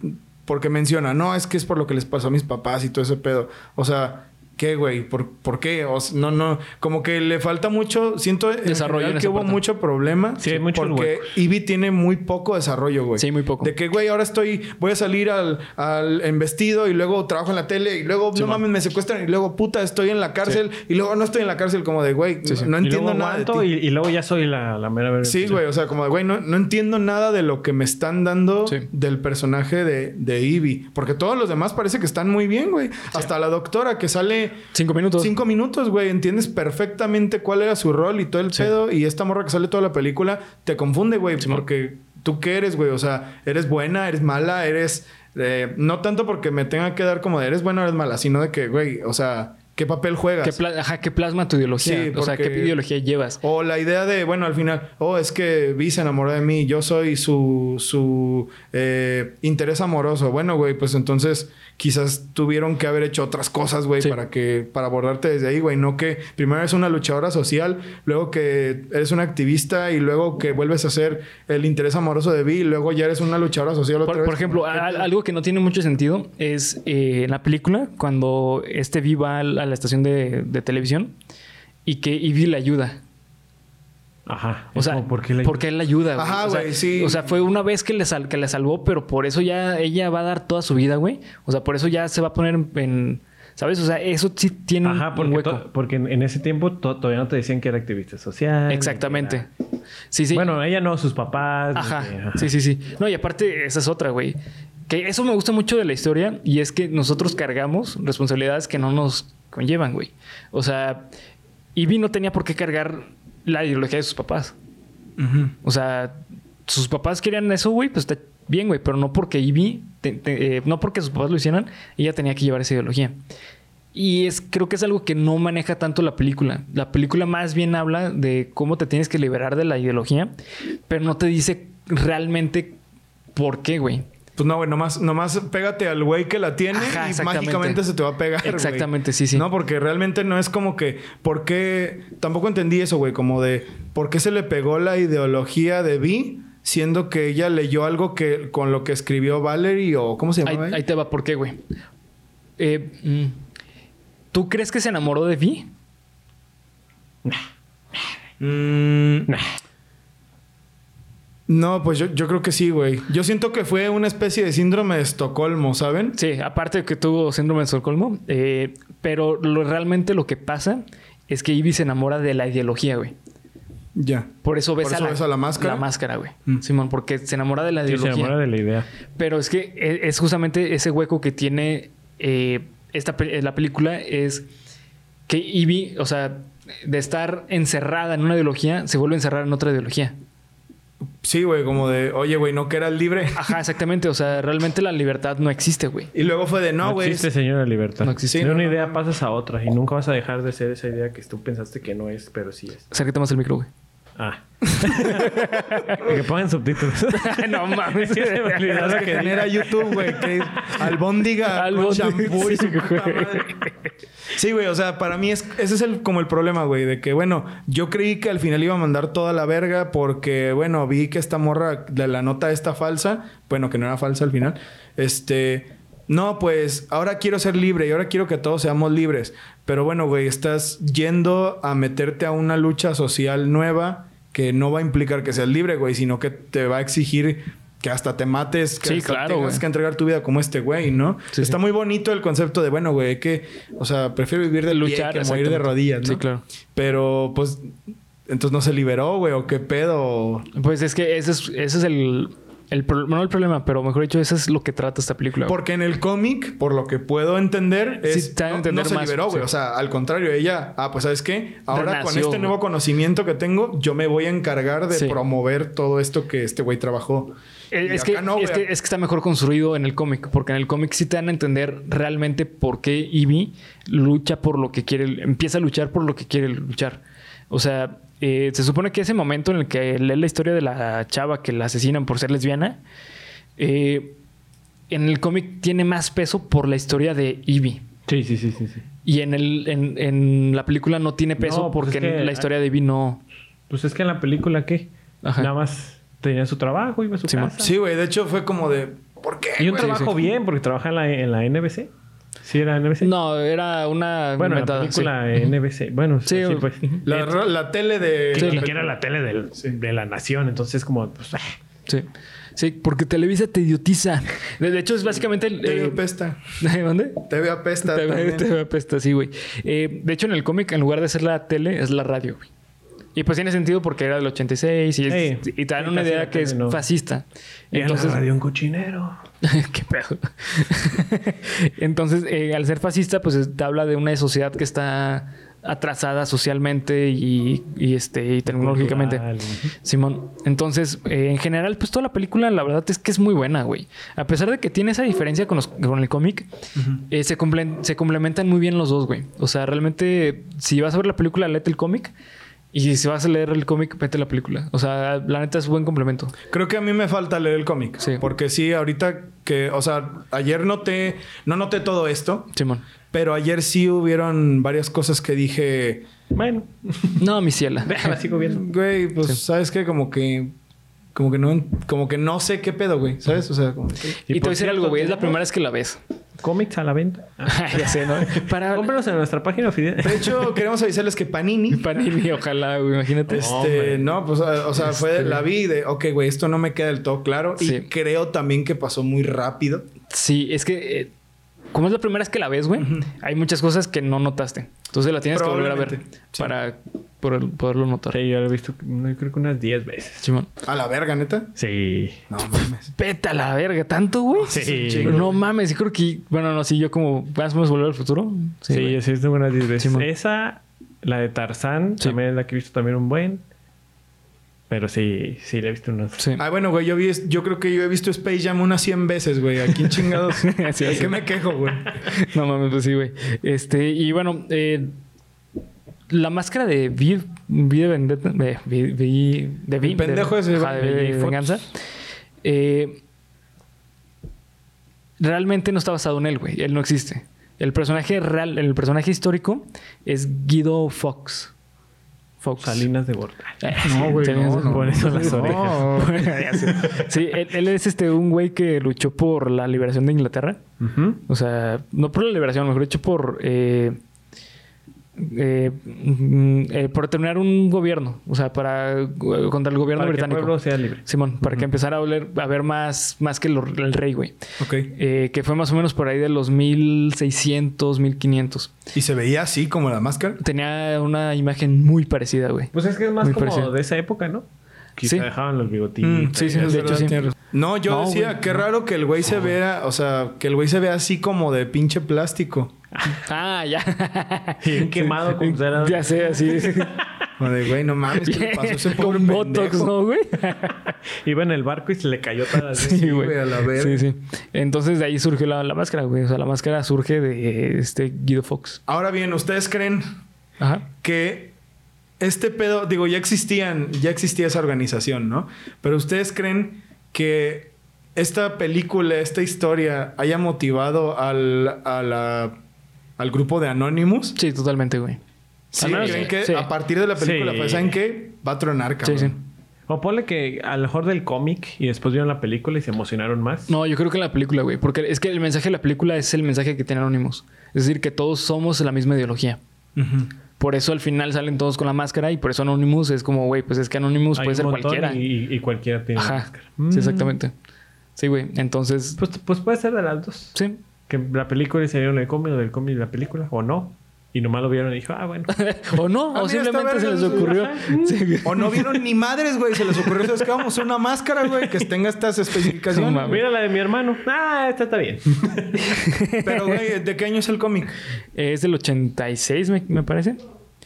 B: porque menciona, no, es que es por lo que les pasó a mis papás y todo ese pedo. O sea, ¿qué, güey? ¿Por, por qué? O sea, no, no, como que le falta mucho, siento en
A: Desarrollo en
B: general que
A: esa
B: hubo
A: parte.
B: mucho problema.
C: Sí, hay muchos
B: Porque
C: huecos.
B: Ivy tiene muy poco desarrollo, güey.
A: Sí, muy poco.
B: De que, güey, ahora estoy, voy a salir al, al en vestido y luego trabajo en la tele y luego, no mames, me secuestran y luego, puta, estoy en la cárcel y luego no estoy en la cárcel, como de, güey, no, no
C: Y luego
B: entiendo nada. De
C: aguanto
B: ti.
C: y, y luego ya soy la, la mera verdad.
B: Sí, güey, o sea, como de, güey, no, no entiendo nada de lo que me están dando
A: Sí.
B: del personaje de, de Ivy. Porque todos los demás parece que están muy bien, güey. Hasta la doctora que sale
A: Cinco minutos.
B: cinco minutos, güey, entiendes perfectamente cuál era su rol y todo el pedo. Y esta morra que sale toda la película te confunde, güey, porque tú qué eres, güey. O sea, eres buena, eres mala, eres. eh, no tanto porque me tenga que dar como de eres buena o eres mala, sino de que, güey, o sea, ¿qué papel juegas?
A: ¿Qué, pla- ajá, ¿qué plasma tu ideología?
B: Sí,
A: O sea, ¿qué
B: porque-
A: ideología llevas?
B: O la idea de, bueno, al final, oh, es que Vi se enamoró de mí, yo soy su, su eh, interés amoroso. Bueno, güey, pues entonces quizás tuvieron que haber hecho otras cosas, güey,
A: Sí.
B: para que, para abordarte desde ahí, güey. No que primero eres una luchadora social, luego que eres una activista y luego que vuelves a ser el interés amoroso de Vi y luego ya eres una luchadora social otra
A: Por,
B: vez.
A: por ejemplo, a- a- algo que no tiene mucho sentido es eh, en la película cuando este Vi va al- a la estación de, de televisión y que Ivy le ayuda.
C: Ajá.
A: O sea,
C: ¿por qué la
A: porque él la ayuda. güey.
B: Ajá,
A: o sea,
B: güey, sí.
A: O sea, fue una vez que le, sal- que le salvó, pero por eso ya ella va a dar toda su vida, güey. O sea, por eso ya se va a poner en. en- ¿Sabes? O sea, eso sí tiene un-
C: Ajá,
A: un
C: porque,
A: hueco.
C: to- porque en en ese tiempo to- todavía no te decían que era activista social. ni que
A: Exactamente.
C: era-
A: Sí, sí.
C: Bueno, ella no, sus papás. ni
A: Ajá.
C: que- ajá.
A: Sí, sí, sí. No, y aparte, esa es otra, güey. Que eso me gusta mucho de la historia y es que nosotros cargamos responsabilidades que no nos conllevan, güey. O sea, Ivy no tenía por qué cargar la ideología de sus papás. O sea, sus papás querían eso, güey, pues está bien, güey, pero no porque Ivy, te- te- eh, no porque sus papás lo hicieran, ella tenía que llevar esa ideología. Y es, creo que es algo que no maneja tanto la película. La película más bien habla de cómo te tienes que liberar de la ideología, pero no te dice realmente por qué, güey.
B: Pues no, güey, nomás, nomás pégate al güey que la tiene
A: Ajá,
B: y
A: exactamente.
B: mágicamente se te va a pegar. güey.
A: Exactamente, sí, sí.
B: No, porque realmente no es como que. ¿Por qué? Tampoco entendí eso, güey, como de por qué se le pegó la ideología de Vi, siendo que ella leyó algo que con lo que escribió Valerie o cómo se
A: Ahí,
B: llamaba. ella?
A: ahí te va por qué, güey. Eh, mm, ¿Tú crees que se enamoró de Vi?
B: Mm. No, pues yo, yo creo que sí, güey. Yo siento que fue una especie de síndrome de Estocolmo, ¿saben?
A: Sí, aparte de que tuvo síndrome de Estocolmo, eh, pero lo- realmente lo que pasa es que Ivy se enamora de la ideología, güey.
B: Ya.
A: Por eso ves,
B: Por
A: a,
B: eso
A: la,
B: ves a la máscara.
A: La máscara, güey.
B: Mm.
A: Simón, porque se enamora de la
C: Sí, se
A: ideología.
C: enamora de la idea.
A: Pero es que e- es justamente ese hueco que tiene eh, esta pe- la película es que Ivy, o sea, de estar encerrada en una ideología, se vuelve a encerrar en otra ideología.
B: Sí, güey, como de, oye, güey, no que eras libre.
A: Ajá, exactamente. O sea, realmente la libertad no existe, güey.
B: Y luego fue de, no,
C: No
B: güey.
C: existe, señora libertad.
A: No existe.
B: Sí,
C: De una
B: no, no,
C: idea pasas a otra y nunca vas a dejar de ser esa idea que tú pensaste que no es, pero sí es.
A: Acércate más el micro, güey.
C: Ah. que pongan subtítulos.
A: no mames.
C: Sí, se me olvidó.
B: Es que genera YouTube, güey. que Albóndiga con
A: Albóndiga,
B: champú y su
A: sí,
B: puta
A: güey.
B: madre. Sí, güey. O sea, para mí es, ese es el, como el problema, güey. De que, bueno, yo creí que al final iba a mandar toda la verga porque, bueno, vi que esta morra de la nota esta falsa, bueno, que no era falsa al final, este... No, pues ahora quiero ser libre y ahora quiero que todos seamos libres. Pero bueno, güey, estás yendo a meterte a una lucha social nueva que no va a implicar que seas libre, güey, sino que te va a exigir que hasta te mates, que
A: Sí,
B: hasta
A: claro,
B: tengas
A: güey.
B: que entregar tu vida como este güey, ¿no?
A: Sí,
B: Está
A: sí.
B: muy bonito el concepto de, bueno, güey, que, o sea, prefiero vivir de luchar
A: Luchar,
B: que morir de
A: exactamente.
B: rodillas, ¿no?
A: Sí, claro.
B: Pero, pues, entonces no se liberó, güey, o qué pedo.
A: Pues es que ese es, ese es el, el pro- no el problema, pero mejor dicho, eso es lo que trata esta película. güey.
B: Porque en el cómic, por lo que puedo entender,
A: Sí,
B: es,
A: te da a
B: no,
A: entender
B: no se
A: más,
B: liberó, güey.
A: sí.
B: O sea, al contrario, ella, ah, pues, ¿sabes qué? Ahora con
A: Renació,
B: este
A: güey.
B: nuevo conocimiento que tengo, yo me voy a encargar de
A: Sí.
B: promover todo esto que este güey trabajó.
A: Eh,
B: Y
A: Es,
B: acá
A: que,
B: no,
A: es,
B: güey.
A: que, es que está mejor construido en el cómic, porque en el cómic sí te dan a entender realmente por qué Ivy lucha por lo que quiere, empieza a luchar por lo que quiere luchar. O sea, eh, se supone que ese momento en el que lees la historia de la chava que la asesinan por ser lesbiana, eh, en el cómic tiene más peso por la historia de Ivy.
C: Sí, sí, sí, sí. sí.
A: Y en, el, en, en la película no tiene peso
C: No, pues
A: porque
C: es que-
A: la historia de Ivy no...
C: Pues es que en la película, ¿qué?
A: Ajá.
C: Nada más tenía su trabajo, iba a su
A: Sí,
C: casa.
B: Sí, güey. De hecho, fue como de, ¿por qué?
C: Y un
B: güey?
C: trabajo bien, porque trabaja en la, en la NBC. Sí, era NBC.
A: No, era una...
C: bueno, en la
A: inventada, sí.
C: película NBC. Bueno,
A: Sí,
C: sí, pues.
A: ujú.
B: La, ra- la tele de...
A: Sí,
C: Ni
A: la-
C: siquiera la tele del- de la nación, entonces como, pues, ah,
A: Sí. Sí, porque Televisa te idiotiza. De, de hecho, es básicamente... el-
B: TV
A: eh,
B: apesta.
A: ¿Dónde?
B: TV apesta
A: Te ve-
B: también.
A: te ve apesta, sí, güey. Eh, de hecho, en el cómic, en lugar de ser la tele, es la radio, güey. Y pues tiene sentido porque era del 86 y, es-
C: Ey,
A: y te dan
C: y
A: una
C: casi
A: idea
C: la
A: que
C: tele
A: es
C: no.
A: fascista.
C: y en la
A: Entonces,
C: radio un cochinero.
A: Qué pedo. Entonces, eh, al ser fascista, pues es- te habla de una sociedad que está atrasada socialmente y, y, este, y tecnológicamente.
C: Cultural, ujú.
A: Simón, entonces, eh, en general, pues toda la película, la verdad es que es muy buena, güey. A pesar de que tiene esa diferencia con, los- con el cómic, eh, se, cumplen- se complementan muy bien los dos, güey. O sea, realmente, si vas a ver la película, léete el cómic. Y si vas a leer el cómic, vete la película. O sea, la neta es buen complemento.
B: Creo que a mí me falta leer el cómic.
A: Sí.
B: Porque sí, ahorita que... O sea, ayer noté... No noté todo esto.
A: Simón.
B: Pero ayer sí hubieron varias cosas que dije...
C: Bueno,
A: No, mi ciela.
C: la sigo viendo.
B: Güey, pues, ¿sabes qué? Como que... Como que no... Como que no sé qué pedo, güey. ¿Sabes? O sea, como que-
A: Y, te voy
C: por
A: a decir
C: cierto,
A: algo, güey. Es la
C: tenemos
A: primera vez que la ves.
C: Cómics a la venta.
A: ya sé, ¿no? Para
C: Cómpranos en nuestra página oficial.
B: De hecho, queremos avisarles que Panini...
A: Panini, ojalá, güey. Imagínate.
B: Este, no, pues, a- o sea, fue
A: Este.
B: la vi de, ok, güey, esto no me queda del todo claro.
A: Sí.
B: Y creo también que pasó muy rápido.
A: Sí, es que... eh, como es la primera vez que la ves, güey, hay muchas cosas que no notaste. Entonces la tienes que volver a ver
B: Probablemente,
A: para poder- poderlo notar.
C: Sí, yo lo he visto, no, yo creo que unas 10 veces.
A: Simón.
B: A la verga, neta.
C: Sí.
B: No mames.
A: Peta la verga, tanto, güey.
C: Sí.
A: Pero No mames, yo creo que... Bueno, no, sí, yo como... ¿Vas a volver al futuro?
C: Sí,
A: güey.
C: yo sí he visto unas 10 veces.
A: Simón.
C: Esa, la de Tarzán,
A: Sí.
C: también es la que he visto también un buen. Pero sí, sí, la he visto unas.
A: Sí.
B: Ah, bueno, güey, yo, vi, yo creo que yo he visto Space Jam unas 100 veces, güey. Aquí en chingados.
A: Sí,
B: ¿De
A: sí.
B: qué me quejo, güey?
A: No mames, pues sí, güey. Este, y bueno, eh, la máscara de Vi, Vi de Vendetta, de Vi, Vi- de Vi-
B: El pendejo
A: de,
B: ese,
A: ajá,
B: güey,
A: de,
B: de
A: Vi-
B: Fox.
A: Venganza. eh, realmente no está basado en él, güey. Él no existe. El personaje real, el personaje histórico es Guido Fox. Fox.
C: Salinas de Gortari.
A: Eh,
B: No, güey,
A: tenía
B: no,
A: esas-
B: no.
C: Por eso las
B: No.
C: orejas.
A: Oh. Ya sé. Sí, él, él es este un güey que luchó por la liberación de Inglaterra.
C: Ujú.
A: O sea, no por la liberación, mejor dicho, por. eh, eh, mm, eh, por terminar un gobierno. O sea, para. eh, contra el gobierno
C: Para que el
A: británico.
C: pueblo sea libre.
A: Simón, para que empezara a oler, a ver más, más que lo- el rey, güey.
B: Ok.
A: Eh, que fue más o menos por ahí de los 1600, 1500.
B: ¿Y se veía así como la máscara?
A: Tenía una imagen muy parecida, güey.
C: Pues es que es más
A: Muy
C: como
A: parecido.
C: de esa época, ¿no? Que
A: Sí.
C: se dejaban los bigotillos.
B: Mm,
A: sí, sí,
B: es
A: de
B: verdad,
A: hecho, sí.
B: tienes razón. No, yo
A: No,
B: decía,
A: güey,
B: qué raro que el güey se vea, o sea, que el güey se vea así como de pinche plástico.
A: Ah, ya.
C: Bien quemado con cera.
A: Ya sé, así.
B: Como de, güey, no mames, ¿qué le pasó a ese pobre
A: Con botox,
B: pendejo?
A: ¿no, güey?
C: Iba en el barco y se le cayó toda la
A: Sí,
B: güey, a la
A: güey. Sí,
B: verga.
A: sí. Entonces de ahí surgió la, la máscara, güey. O sea, la máscara surge de este Guido Fox.
B: Ahora bien, ¿ustedes creen
A: Ajá.
B: que este pedo, digo, ya existían, ya existía esa organización, ¿no? Pero ustedes creen que esta película, esta historia haya motivado al, a la- al grupo de Anonymous?
A: Sí, totalmente, güey.
B: Sí,
A: Al menos,
B: creen
A: sí.
B: que
A: Sí.
B: a partir de la película,
C: Sí.
B: pues, ¿saben qué? Va a tronar,
A: Sí,
B: cabrón.
A: sí.
C: O ponle que a lo mejor del cómic y después vieron la película y se emocionaron más.
A: No, yo creo que en la película, güey. Porque es que el mensaje de la película es el mensaje que tiene Anonymous. Es decir, que todos somos la misma ideología.
B: Ujú.
A: Por eso al final salen todos con la máscara y por eso Anonymous es como, güey, pues es que Anonymous
C: Hay
A: puede
C: un
A: ser
C: montón
A: cualquiera.
C: Y, y cualquiera tiene
A: Ajá.
B: Mm.
C: máscara.
A: Sí, exactamente. Sí, güey. Entonces,
C: Pues, pues puede ser de las dos.
A: sí.
C: Que la película se dieron el cómic o del cómic y la película, o no. Y nomás lo vieron y dijo, ah, bueno.
A: O no,
B: Ah,
A: o
B: mira, está
A: simplemente se
B: verga,
A: les
B: sí.
A: ocurrió. Sí, güey.
B: O no vieron ni madres, güey. Se les ocurrió, ¿sabes qué? Vamos a una máscara, güey, que tenga estas
A: No
B: especificaciones.
A: mames.
C: Mira la de mi hermano. Ah, esta está bien.
B: Pero, güey, ¿de qué año es el cómic?
A: Es del 86, me, me parece.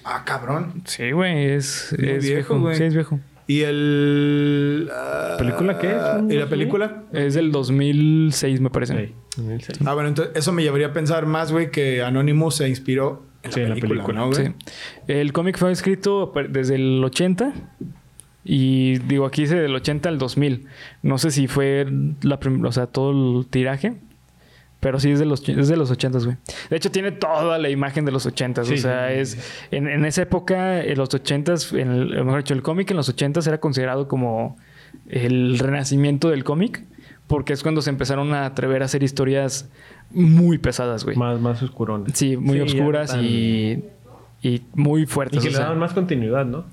B: Ah, cabrón.
A: Sí, güey. Es,
B: Muy
A: es
B: viejo,
A: viejo,
B: güey.
A: Sí, es viejo.
B: ¿Y el. ah,
C: ¿Película qué?
B: ¿Y la película?
A: Es del 2006, me parece.
C: Sí, 2006.
B: Ah, bueno, entonces eso me llevaría a pensar más, güey, que Anonymous se inspiró en la
C: Sí, en la
B: película,
C: película,
B: ¿no, güey?
A: Sí. El cómic fue escrito per- desde el 80 y digo aquí dice del 80 al 2000. No sé si fue la prim- o sea, todo el tiraje, pero sí es de los ch- es de los 80, güey. De hecho tiene toda la imagen de los 80,
C: Sí,
A: o sea,
C: sí, sí,
A: es En, en esa época en los 80 en el, mejor dicho, el cómic en los 80 era considerado como el renacimiento del cómic. Porque es cuando se empezaron a atrever a hacer historias muy pesadas, güey.
C: Más, más oscurona.
A: Sí, muy
C: ya
A: oscuras
C: tan-
A: y, eh, y muy
C: Y
A: fuertes.
C: que
A: o
C: le
A: sea.
C: daban más continuidad, ¿no?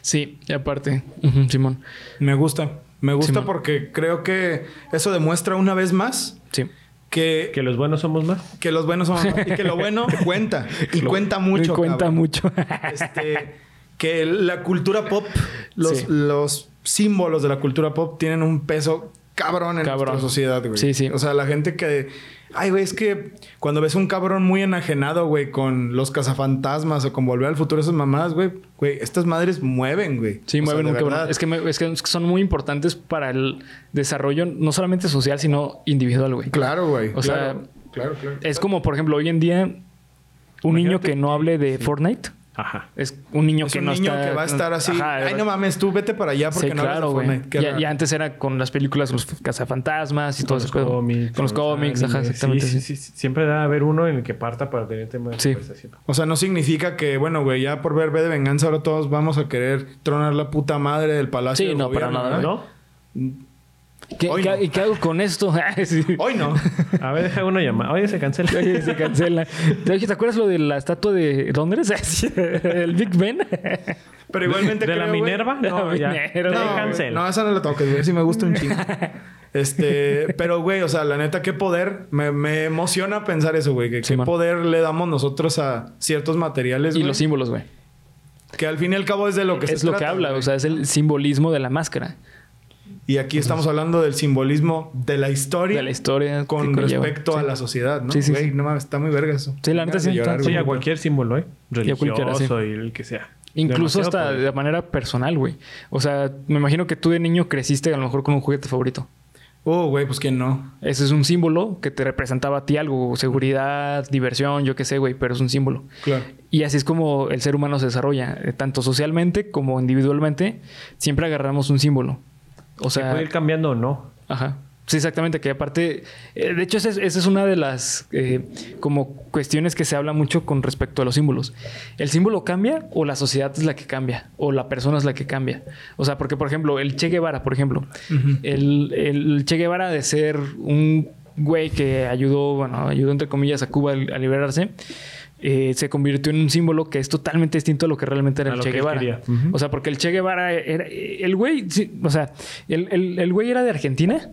A: Sí, y aparte, Ujú, Simón.
B: Me gusta. Me gusta
A: Simón.
B: porque creo que eso demuestra una vez más
A: Sí.
B: que,
C: Que los buenos somos más.
B: que los buenos son y que lo bueno cuenta. Y
A: Lo-
B: cuenta mucho.
A: Cuenta
B: cabrón.
A: mucho.
B: Este, que la cultura pop, los,
A: Sí.
B: los símbolos de la cultura pop tienen un peso cabrón en
A: Cabrón.
B: nuestra sociedad, güey.
A: Sí, sí.
B: O sea, la gente que. Ay, güey, es que cuando ves un cabrón muy enajenado, güey, con los cazafantasmas o con volver al futuro, esas mamadas, güey, güey, estas madres mueven, güey.
A: Sí,
B: O sea,
A: mueven
B: de
A: un cabrón.
B: verdad.
A: Es que, me- es que son muy importantes para el desarrollo, no solamente social, sino individual, güey.
B: Claro, güey.
A: O sea,
B: claro, claro, claro.
A: Es como, por ejemplo, hoy en día, un niño que no hable de Fortnite
C: Ajá.
A: es un niño
B: Es
A: que
B: un
A: no
B: niño
A: está.
B: que va a estar así.
A: Ajá,
B: Ay, no mames, tú vete para allá porque
A: Sí,
B: no
A: claro,
B: hablas de
A: güey.
B: Fortnite. Qué
A: Ya,
B: raro.
A: ya antes era con las películas, los cazafantasmas y todo
C: Con los
A: ese pedo.
C: cómics.
A: Con los cómics, ajá,
C: animes.
A: exactamente.
C: Sí,
A: sí.
C: sí, sí, sí. Siempre debe haber uno en el que parta para tener tema de
A: Sí.
C: conversación.
B: O sea, no significa que, bueno, güey, ya por ver B de Venganza ahora todos vamos a querer tronar la puta madre del palacio.
A: Sí,
B: del
A: no, para nada,
B: ¿verdad?
C: ¿No?
A: ¿Qué,
B: Hoy
A: qué-
B: no.
A: ¿Y qué hago con esto? Ah, Sí.
B: Hoy no.
C: A ver, deja una llamada. Oye, se cancela.
A: Oye, se cancela. ¿Te oye, ¿te acuerdas lo de la estatua de Londres? Así, El Big Ben.
B: Pero igualmente
C: ¿De la
B: creo, güey-
C: Minerva? No, ya.
A: Minerva.
B: No,
C: Ya
B: güey,
C: cancela.
B: no, esa no la toques, güey. Sí me gusta un chingo. Este, pero güey, o sea, la neta, qué poder. Me, me emociona pensar eso, güey. Que,
A: Sí,
B: qué
A: man.
B: poder le damos nosotros a ciertos materiales,
A: Y
B: güey.
A: los símbolos, güey.
B: Que al fin y al cabo es de lo que se
A: Es lo que
B: trata,
A: habla,
B: güey.
A: o sea, es el simbolismo de la máscara,
B: Y aquí estamos hablando del simbolismo de la historia.
A: de la historia.
B: Con
A: que conlleva.
B: respecto a
A: Sí.
B: la sociedad, ¿no?
A: Sí, sí, sí.
B: Güey, no mames, está muy verga eso.
A: Sí, la neta
B: Ganas
A: sí,
B: de llorar,
A: está-
B: güey.
C: Sí, a cualquier símbolo, ¿eh?
A: a cualquiera, sí.
C: Religioso y el que sea.
A: Incluso
C: Demasiado
A: hasta
B: pues.
C: poder.
A: de manera personal, güey. O sea, me imagino que tú de niño creciste a lo mejor con un juguete favorito.
B: Oh, güey, pues quién no.
A: Ese es un símbolo que te representaba a ti algo, seguridad, diversión, yo qué sé, güey, pero es un símbolo.
B: Claro.
A: Y así es como el ser humano se desarrolla, eh, tanto socialmente como individualmente, siempre agarramos un símbolo. O
C: Se
A: sea,
C: puede ir cambiando o no.
A: Ajá. Sí, exactamente, que aparte, eh, de hecho, esa es, esa es una de las eh, como cuestiones que se habla mucho con respecto a los símbolos. ¿El símbolo cambia o la sociedad es la que cambia? ¿O la persona es la que cambia? O sea, porque, por ejemplo, el Che Guevara, por ejemplo, el, el Che Guevara de ser un güey que ayudó, bueno, ayudó entre comillas a Cuba a liberarse, eh, se convirtió en un símbolo que es totalmente distinto a lo que realmente era
C: A
A: el
C: lo
A: Che
C: que él
A: Guevara.
C: quería. Ujú.
A: O sea, porque el Che Guevara era. El güey, sí, o sea, el, el- el güey era de Argentina.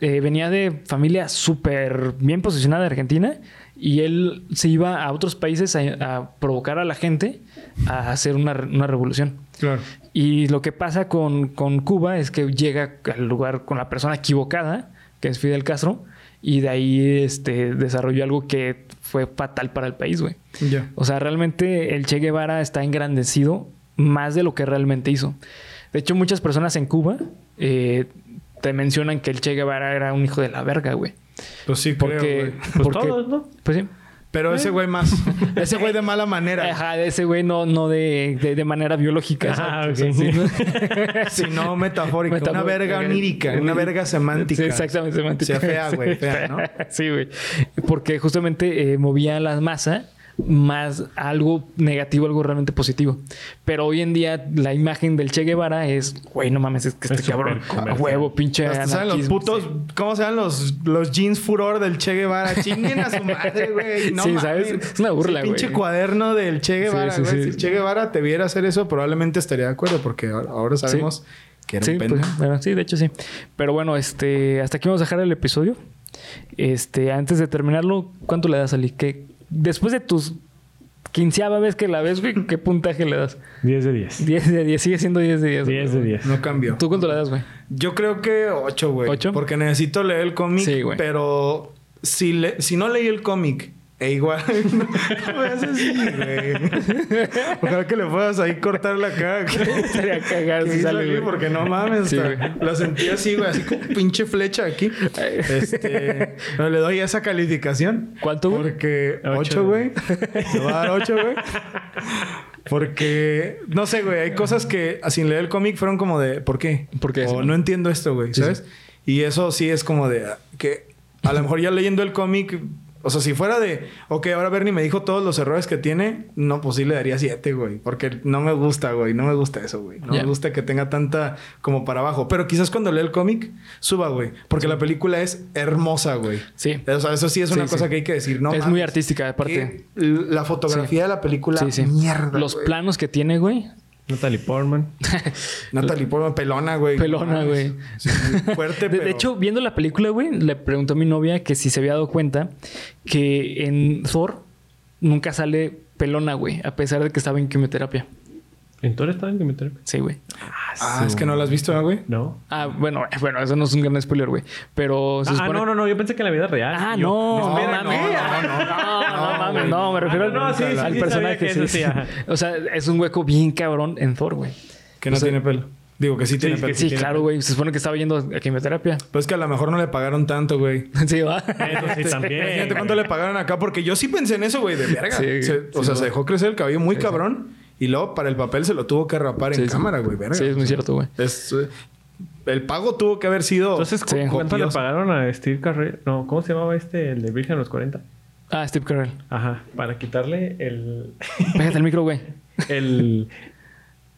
A: eh, venía de familia súper bien posicionada de Argentina. Y él se iba a otros países a, a provocar a la gente a hacer una, re- una revolución.
B: Claro.
A: Y lo que pasa con, con Cuba es que llega al lugar con la persona equivocada, que es Fidel Castro, y de ahí este, desarrolló algo que fue fatal para el país, güey.
B: Ya.
A: O sea, realmente el Che Guevara está engrandecido más de lo que realmente hizo. De hecho, muchas personas en Cuba eh, te mencionan que el Che Guevara era un hijo de la verga, güey.
B: Pues sí, creo,
A: Porque,
B: güey.
C: Pues
A: porque-
C: todos, ¿no?
A: pues sí.
B: Pero ese güey más. ese güey de mala manera.
A: Ajá, de ese güey no, no de, de, de manera biológica.
C: Ah,
A: exacto. O sea,
C: ok.
A: sí, ¿no?
B: Si no, metafórica.
A: Metafórica.
B: Una verga onírica. Una verga semántica.
A: Sí, exactamente, semántica.
B: Sea fea,
A: Sí,
B: güey. Fea, ¿no?
A: Sí, güey. Porque justamente eh, movía la masa más algo negativo, algo realmente positivo. Pero hoy en día la imagen del Che Guevara es, güey, no mames, es que este
C: Es
A: cabrón,
C: súper
A: a
C: comercial.
A: huevo, pinche
B: Hasta saben los
A: anarquismo.
B: putos. ¿Cómo se llaman los, los jeans furor del Che Guevara? Chinguen a su madre, güey. No
A: Sí,
B: mames.
A: ¿sabes? Es una burla,
B: Ese Pinche
A: güey.
B: cuaderno del Che Guevara,
A: Sí, sí,
B: güey.
A: sí.
B: Si el Che Guevara te viera hacer eso, probablemente estaría de acuerdo, porque ahora- ahora sabemos
D: Que era
A: Sí,
D: un
A: pues,
D: pendejo.
A: bueno, sí, de hecho sí. Pero bueno, este, hasta aquí vamos a dejar el episodio. Este, antes de terminarlo, ¿cuánto le das a Lee? ¿Qué- Después de tus quinceava vez que la ves, güey, ¿qué puntaje le das?
C: 10 de 10.
A: 10 de 10, sigue siendo 10 de 10.
C: 10 de
A: güey.
C: 10.
B: No cambió.
A: ¿Tú cuánto le das, güey?
B: Yo creo que 8, güey.
A: ¿Ocho?
B: Porque necesito leer el cómic.
A: Sí, güey.
B: Pero si, le- si no leí el cómic, e igual. no me haces así, güey. Ojalá que le puedas ahí cortar la cara. güey.
A: Estaría cagado
B: Que
A: si
B: hizo
A: sale,
B: aquí,
A: güey.
B: porque no mames,
A: Sí,
B: hasta
A: güey.
B: la sentí así, güey, así como pinche flecha aquí. Este, no, le doy esa calificación.
A: ¿Cuánto, güey?
B: Porque
C: Ocho,
B: 8, güey. Te va a dar 8, güey. Porque, no sé, güey, hay cosas que ah, sin leer el cómic fueron como de, ¿por qué?
A: ¿Por qué?
B: O no entiendo esto, güey, ¿sabes? Y eso sí es como de, ah, que a lo mejor ya leyendo el cómic, o sea, si fuera de, ok, ahora Bernie me dijo todos los errores que tiene, no, pues sí le daría 7, güey, porque no me gusta, güey, no me gusta eso, güey. No
A: Ya.
B: me gusta que tenga tanta como para abajo. Pero quizás cuando lea el cómic, suba, güey, porque la película es hermosa, güey.
A: Sí.
B: O sea, eso sí es una
A: Sí,
B: cosa
A: sí.
B: que hay que decir, ¿no?
A: es muy
B: mames.
A: artística, aparte.
B: Que La fotografía de la película,
A: Sí, sí.
B: mierda.
A: Los
B: güey.
A: planos que tiene, güey.
C: Natalie Portman.
B: Natalie Portman, pelona, güey.
A: Pelona,
B: No mames.
A: güey.
B: Sí, sí, fuerte,
A: De, de
B: pero-
A: hecho, viendo la película, güey, le preguntó a mi novia que si se había dado cuenta que en Thor nunca sale pelona, güey, a pesar de que estaba en quimioterapia.
C: ¿Entonces está en quimioterapia?
A: Sí, güey.
B: Ah, es que no la has visto, ¿ah, güey.
C: No.
A: Ah, bueno, bueno, eso no es un gran spoiler, güey. Pero se
C: Ah,
A: supone-
C: no, no, no. Yo pensé que en la vida real.
A: Ah,
C: Y yo,
A: no,
B: no,
A: espérame.
B: no, no, no,
A: no, no,
B: no,
A: mames,
B: güey.
A: no, me refiero
C: Ah, no,
A: al,
C: sí, sí,
A: al
C: sí,
A: personaje.
C: sabía que eso sí, ajá.
A: o sea, es un hueco bien cabrón en Thor, güey.
B: Que no
A: O sea,
B: tiene pelo. Digo que sí tiene
C: que
B: pelo.
A: Sí,
C: tiene-
A: claro, güey. Se supone que estaba yendo a quimioterapia.
B: Pues es que a lo mejor no le pagaron tanto, güey.
A: sí, va.
C: Eso sí, también.
B: Imagínate cuánto le pagaron acá, porque yo sí pensé en eso, güey, de verga.
A: Sí,
B: Se-
A: sí,
B: o sea, se dejó crecer el cabello muy cabrón y luego para el papel se lo tuvo que rapar
A: Sí,
B: en
A: sí.
B: cámara, güey, verga.
A: Sí, es muy cierto, güey.
B: Es, eh, el pago tuvo que haber sido.
C: Entonces, ¿cu-
A: Sí.
C: ¿cuánto le
B: Copioso.
C: pagaron a Steve Carrell? No, ¿cómo se llamaba este? El de Virgen a los 40.
A: Ah, Steve Carell.
C: Ajá. Para quitarle el...
A: Pégate el micro, güey.
C: el...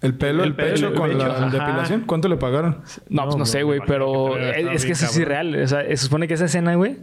B: el pelo, el,
C: el pelo,
B: pecho
C: el
B: con
C: pecho,
B: la
C: ajá.
B: depilación, ¿cuánto le pagaron?
A: No,
C: No,
A: pues no
C: no,
A: sé,
C: me
A: güey,
C: imagino
A: pero
C: que debe
A: es,
C: estar
A: es que
C: bien
A: eso es
C: cabrón.
A: irreal. O sea, se supone que esa escena, güey.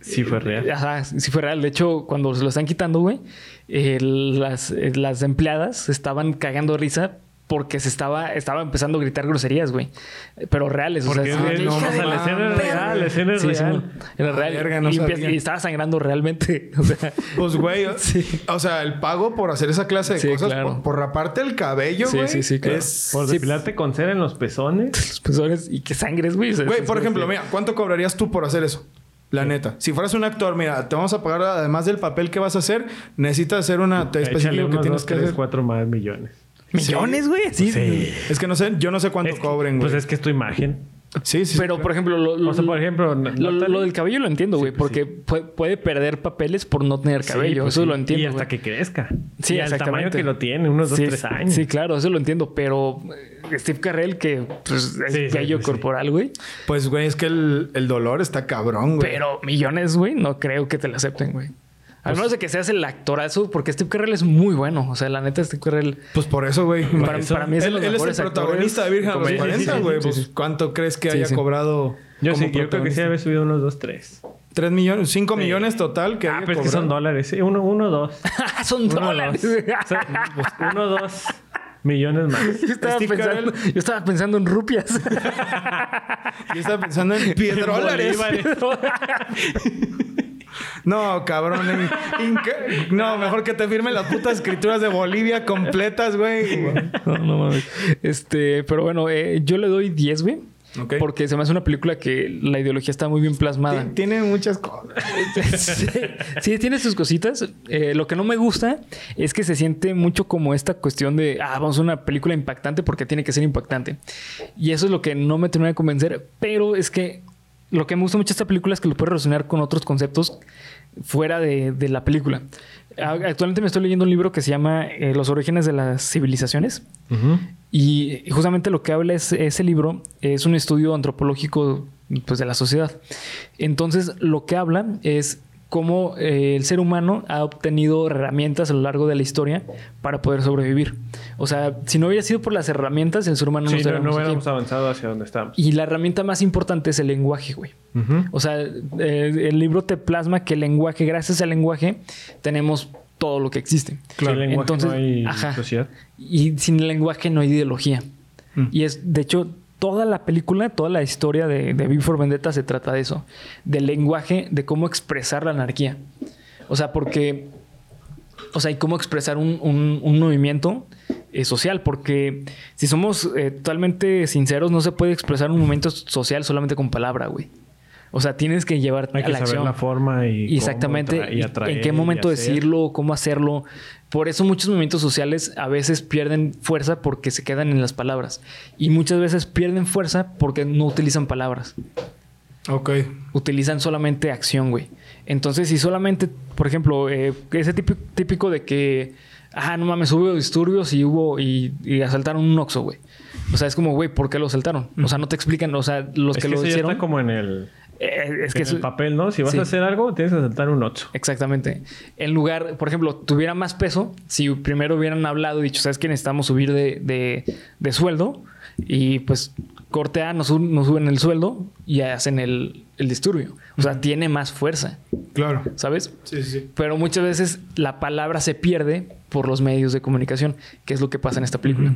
C: Sí fue real.
A: Ajá, sí fue real. De hecho, cuando se lo están quitando, güey, eh, las, eh, las empleadas se estaban cagando de risa porque se estaba, estaba empezando a gritar groserías, güey. Eh, Pero reales, o sea,
C: Porque
A: sí,
C: es-
A: sí,
B: no
C: o sea,
B: mames.
C: la escena es real, la escena es
A: sí,
C: real.
A: sí, era real.
B: Verga, no
A: y, empe-
B: sabía.
A: y estaba sangrando realmente. O sea,
B: Pues, güey,
A: Sí.
B: o sea, el pago por hacer esa clase de
A: Sí,
B: cosas,
A: claro.
B: por, por raparte el cabello,
A: Sí,
B: güey,
A: sí, sí, claro.
B: es...
C: Por
A: Sí.
C: depilarte con cera en los pezones.
A: los pezones y qué sangres, güey. O sea,
B: Güey,
A: sí,
B: por
A: sí,
B: ejemplo,
A: sí.
B: mira, ¿cuánto cobrarías tú por hacer eso? La neta. Si fueras un actor, mira, te vamos a pagar además del papel que vas a hacer, necesitas hacer una te
C: Échale
B: específico que
C: unos
B: tienes
C: 2,
B: que
C: 3,
B: hacer.
C: 4 más millones.
A: Millones, güey. Sí.
B: Es que no sé, yo no sé cuánto
C: Es que-
B: cobren, güey.
C: Pues es que es tu imagen.
B: sí, sí.
A: Pero, por ejemplo, lo, lo-
C: O sea, por
A: Lo,
C: ejemplo... Natalie- pues
A: lo del cabello lo entiendo, güey, porque pu- puede perder papeles por no tener
C: Sí,
A: cabello.
C: pues
A: eso
C: sí.
A: lo entiendo.
C: Y hasta
A: güey.
C: que crezca.
A: Sí,
C: y al tamaño
A: exactamente.
C: que lo tiene, unos 2,
A: sí,
C: 3 años.
A: Sí, claro, eso lo entiendo, pero eh, Steve Carrell, que pues, es
C: Sí, sí,
A: bello
C: sí, sí.
A: corporal, güey,
B: Pues, güey, es que el, el dolor está cabrón, güey.
A: pero millones, güey, no creo que te lo acepten, güey. Al
C: Pues
A: menos de que seas el actorazo, porque Steve Carrell es muy bueno. O sea, la neta, Steve Carrell.
B: Pues por eso, güey.
A: Para,
C: eso.
A: para mí es de
B: él,
A: los
B: él es el
A: mejores actores
B: protagonista de Virgen a los
A: comediantes.
B: 40,
A: Sí, sí,
B: güey.
A: sí,
B: pues,
A: sí, sí.
B: ¿Cuánto crees que
A: Sí,
B: haya
A: sí.
B: cobrado?
C: Yo
B: como
C: sí, yo creo que sí
B: protagonista?
C: debe subido unos 2, 3.
B: ¿Tres millones? ¿Cinco millones total que
C: Ah,
B: haya
C: pero es que son
B: cobrado?
C: dólares. Sí, uno, uno, dos.
A: Ah, son
C: Uno,
A: dólares.
C: dos. O sea, pues, uno, dos millones más.
A: yo, estaba
B: Steve
A: pensando,
B: Carell.
A: yo estaba pensando en rupias.
B: Yo estaba pensando en piedrólares. No, cabrón. en- inca- No, mejor que te firmen las putas escrituras de Bolivia completas, güey.
A: No, no mames. Este, pero bueno, eh, yo le doy 10, güey.
B: Ok.
A: Porque se me hace una película que la ideología está muy bien plasmada.
B: Ti- Tiene muchas cosas.
A: sí, sí, tiene sus cositas. Eh, lo que no me gusta es que se siente mucho como esta cuestión de, ah, vamos a una película impactante porque tiene que ser impactante. Y eso es lo que no me termina de convencer, pero es que lo que me gusta mucho de esta película es que lo puede relacionar con otros conceptos fuera de, de la película. A- Actualmente me estoy leyendo un libro que se llama eh, Los orígenes de las civilizaciones. Y justamente lo que habla es, ese libro es un estudio antropológico pues, de la sociedad. Entonces, lo que habla es cómo eh, el ser humano ha obtenido herramientas a lo largo de la historia para poder sobrevivir. O sea, si no hubiera sido por las herramientas, el ser humano
C: Sí,
A: no
C: no,
A: estaría
C: no
A: aquí.
C: hubiéramos avanzado hacia donde estábamos.
A: Y la herramienta más importante es el lenguaje, güey. O sea, eh, el libro te plasma que el lenguaje, gracias al lenguaje, tenemos todo lo que existe.
C: Sin lenguaje
A: Entonces,
C: no hay
A: ajá.
C: sociedad. Mm.
A: Y sin lenguaje no hay ideología. Y es, de hecho, toda la película, toda la historia de, de V for Vendetta se trata de eso, del lenguaje, de cómo expresar la anarquía. O sea, porque, o sea, y cómo expresar un, un- un movimiento eh, social, porque si somos eh, totalmente sinceros, no se puede expresar un movimiento social solamente con palabra, güey. O sea, tienes que llevar
C: Hay
A: a
C: que
A: la
C: saber
A: acción.
C: la forma y. cómo
A: Exactamente.
C: tra- y atraer
A: en qué momento
C: y hacer.
A: decirlo, cómo hacerlo. Por eso muchos movimientos sociales a veces pierden fuerza porque se quedan en las palabras. Y muchas veces pierden fuerza porque no utilizan palabras.
B: Ok.
A: Utilizan solamente acción, güey. Entonces, si solamente, por ejemplo, eh, ese típico, típico de que, ah, no mames, hubo disturbios y hubo y, y asaltaron un Oxxo, güey. O sea, es como, güey, ¿por qué lo asaltaron? O sea, no te explican, o sea, los
C: Es
A: que,
C: que
A: lo
C: eso ya
A: hicieron.
C: está como en el,
A: eh, es que
C: en el
A: eso-
C: papel, ¿no? Si vas
A: sí.
C: a hacer algo, tienes que saltar un 8.
A: Exactamente. En lugar, por ejemplo, tuviera más peso si primero hubieran hablado y dicho, ¿sabes que Necesitamos subir de, de- de sueldo. Y pues corte A, nos, sub- nos suben el sueldo y hacen el, el disturbio. O sea, tiene más fuerza,
B: Claro.
A: ¿sabes?
B: Sí, sí, sí.
A: Pero muchas veces la palabra se pierde por los medios de comunicación, que es lo que pasa en esta película.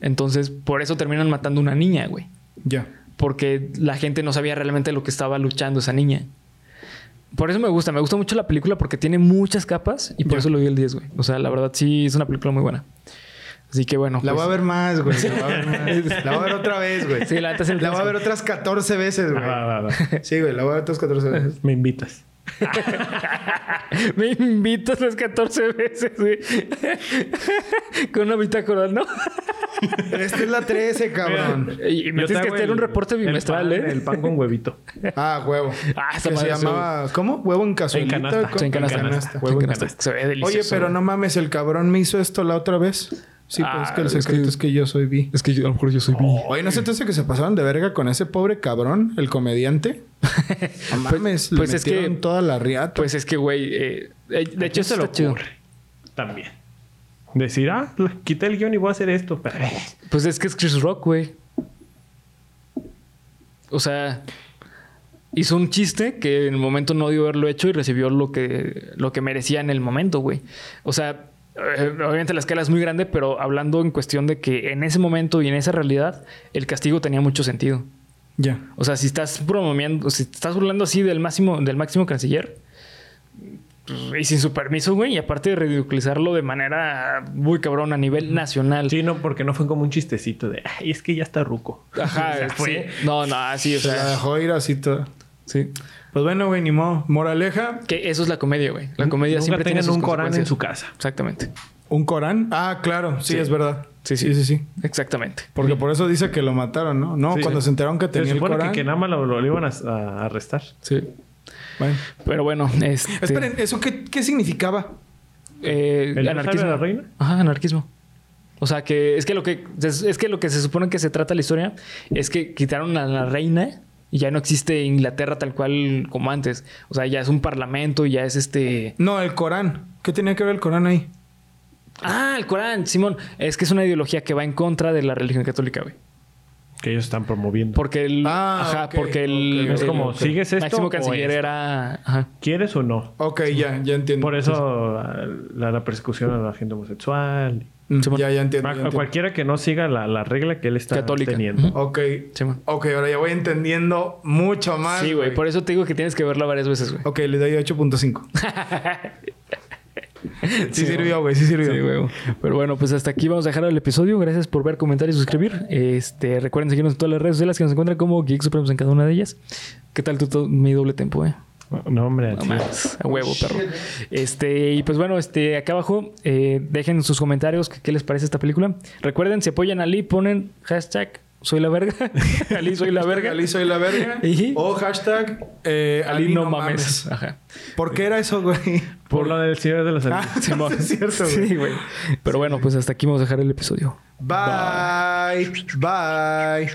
A: Entonces, por eso terminan matando a una niña, güey
B: Ya.
A: porque la gente no sabía realmente lo que estaba luchando esa niña. Por eso me gusta, me gusta mucho la película porque tiene muchas capas y por
B: Ya.
A: eso lo vi el 10, güey. O sea, la verdad sí es una película muy buena. Así que bueno.
D: La
A: pues,
D: voy a ver más, güey. La voy a ver más. La voy a ver otra vez, güey.
A: Sí, la neta sí la
D: La voy a
A: tienes
D: ver otras 14 veces, güey.
C: Ah,
D: Sí, güey, la voy a ver otras 14 veces.
C: Me invitas.
A: Me invitas las 14 veces, güey. Con una bitácora, ¿no?
D: Esta es la 13, cabrón.
A: Y me
C: Yo te
A: tienes que
C: hago
A: hacer
C: el-
A: un reporte
C: el
A: bimestral,
C: pan-
A: ¿eh?
C: El pan con huevito.
D: Ah, huevo.
A: Ah, esa
D: Que se
A: madre es-
D: llamaba... ¿Cómo? ¿Huevo en cazuelita?
C: En canasta.
D: ¿Cómo?
A: Sí, en canasta.
D: En
A: Sí, en
D: Huevo en
A: canasta.
D: canasta.
A: Se ve delicioso.
B: Oye, pero
A: güey.
B: no mames, el cabrón me hizo esto la otra vez.
D: Sí,
A: Ah,
D: pues es que el
A: es que-
D: secreto es que yo soy bi.
A: Es que yo- a lo mejor yo soy bi.
B: Oye, ¿no se te hace que se pasaron de verga con ese pobre cabrón, el comediante? No mames,
A: pues
B: le
A: es que-
B: metieron toda la riata.
A: Pues es que, güey, eh, eh, de hecho
C: ¿Quién se
A: eso
C: le
A: está chido.
C: ocurre? También. Decir, ah, le quité el guión y voy a hacer esto. Pero, eh,
A: Pues es que es Chris Rock, güey. O sea, hizo un chiste que en el momento no dio haberlo hecho y recibió lo que, lo que merecía en el momento, güey. O sea, eh, obviamente la escala es muy grande, pero hablando en cuestión de que en ese momento y en esa realidad, el castigo tenía mucho sentido.
B: Ya.
A: O sea, si estás bromeando, si estás burlando así del máximo, del máximo canciller, pues, y sin su permiso, güey, y aparte de ridiculizarlo de manera muy cabrón a nivel nacional.
C: sí, no, porque no fue como un chistecito de, ay, es que ya está ruco.
A: Ajá,
C: O sea,
A: sí.
C: fue-
A: No, no, así, o
B: Se la
A: sea.
B: dejó ir así toda.
A: Sí.
B: Pues bueno, güey, ni modo. Moraleja,
A: Que eso es la comedia, güey. La comedia
C: Nunca
A: siempre tiene
C: tengan
A: sus
C: un Corán en
A: consecuencias.
C: su casa.
A: Exactamente.
B: un Corán. Ah, claro, sí,
A: Sí.
B: es verdad.
A: Sí, sí.
B: sí, sí.
A: Exactamente.
B: Porque por eso dice que lo mataron, ¿no? No,
C: Sí.
B: cuando se enteraron que tenía
C: Se
B: el
C: supone
B: Corán.
C: que, que nada más lo, lo iban a, a arrestar.
A: Sí.
B: Bueno.
A: Pero bueno, este...
B: Esperen, ¿eso qué, qué significaba?
A: eh,
C: ¿El anarquismo de la
A: anarquismo.
C: reina?
A: Ajá, anarquismo. O sea, que es que lo que... Es que lo que se supone que se trata la historia es que quitaron a la reina y ya no existe Inglaterra tal cual como antes. O sea, ya es un parlamento, ya es este...
B: No, el Corán. ¿Qué tenía que ver el Corán ahí?
A: Ah, el Corán, Simón. Es que es una ideología que va en contra de la religión católica, güey.
C: Que ellos están promoviendo.
A: Porque el...
B: Ah,
A: ajá,
B: ok,
A: porque el...
B: ok,
C: es como,
A: el-
C: ¿sigues esto
A: Máximo
C: o este.
A: canciller
C: esto?
A: era... Ajá.
C: ¿Quieres o no?
B: Ok, ya, ya entiendo.
C: Por eso ah, la, la persecución a la gente homosexual.
B: Mm,
A: Simón.
B: ya, ya
C: A,
B: entiendo.
C: a
B: ya entiendo.
C: cualquiera que no siga la, la regla que él está
A: Católica.
C: teniendo.
B: Ok.
A: Simón.
B: Ok, ahora ya voy entendiendo mucho más.
A: Sí, güey. Por eso te digo que tienes que verla varias veces, güey.
B: Ok, le doy 8.5. sí, sirvió, güey, sí sirvió.
A: Sí, güey. Pero bueno, pues hasta aquí vamos a dejar el episodio. Gracias por ver, comentar y suscribir. Este, recuerden seguirnos en todas las redes sociales que nos encuentran como Geek Supremos en cada una de ellas. ¿Qué tal tu, tu- mi doble tempo, eh?
C: No, hombre,
A: No
C: así.
A: mames, a huevo, perro. Este, y pues bueno, este, acá abajo, eh, dejen sus comentarios que- qué les parece esta película. Recuerden, si apoyan a Lee, ponen hashtag soy la verga. Ali soy la verga.
B: Ali soy la verga.
A: Y-
B: O hashtag eh,
A: Ali no mames. Ajá.
B: ¿Por qué era eso, güey?
C: Por lo del Señor de los
B: Ah,
C: Anillos.
A: Simón.
B: es cierto, güey.
A: Sí, güey. Pero bueno, pues hasta aquí vamos a dejar el episodio.
B: Bye. Bye.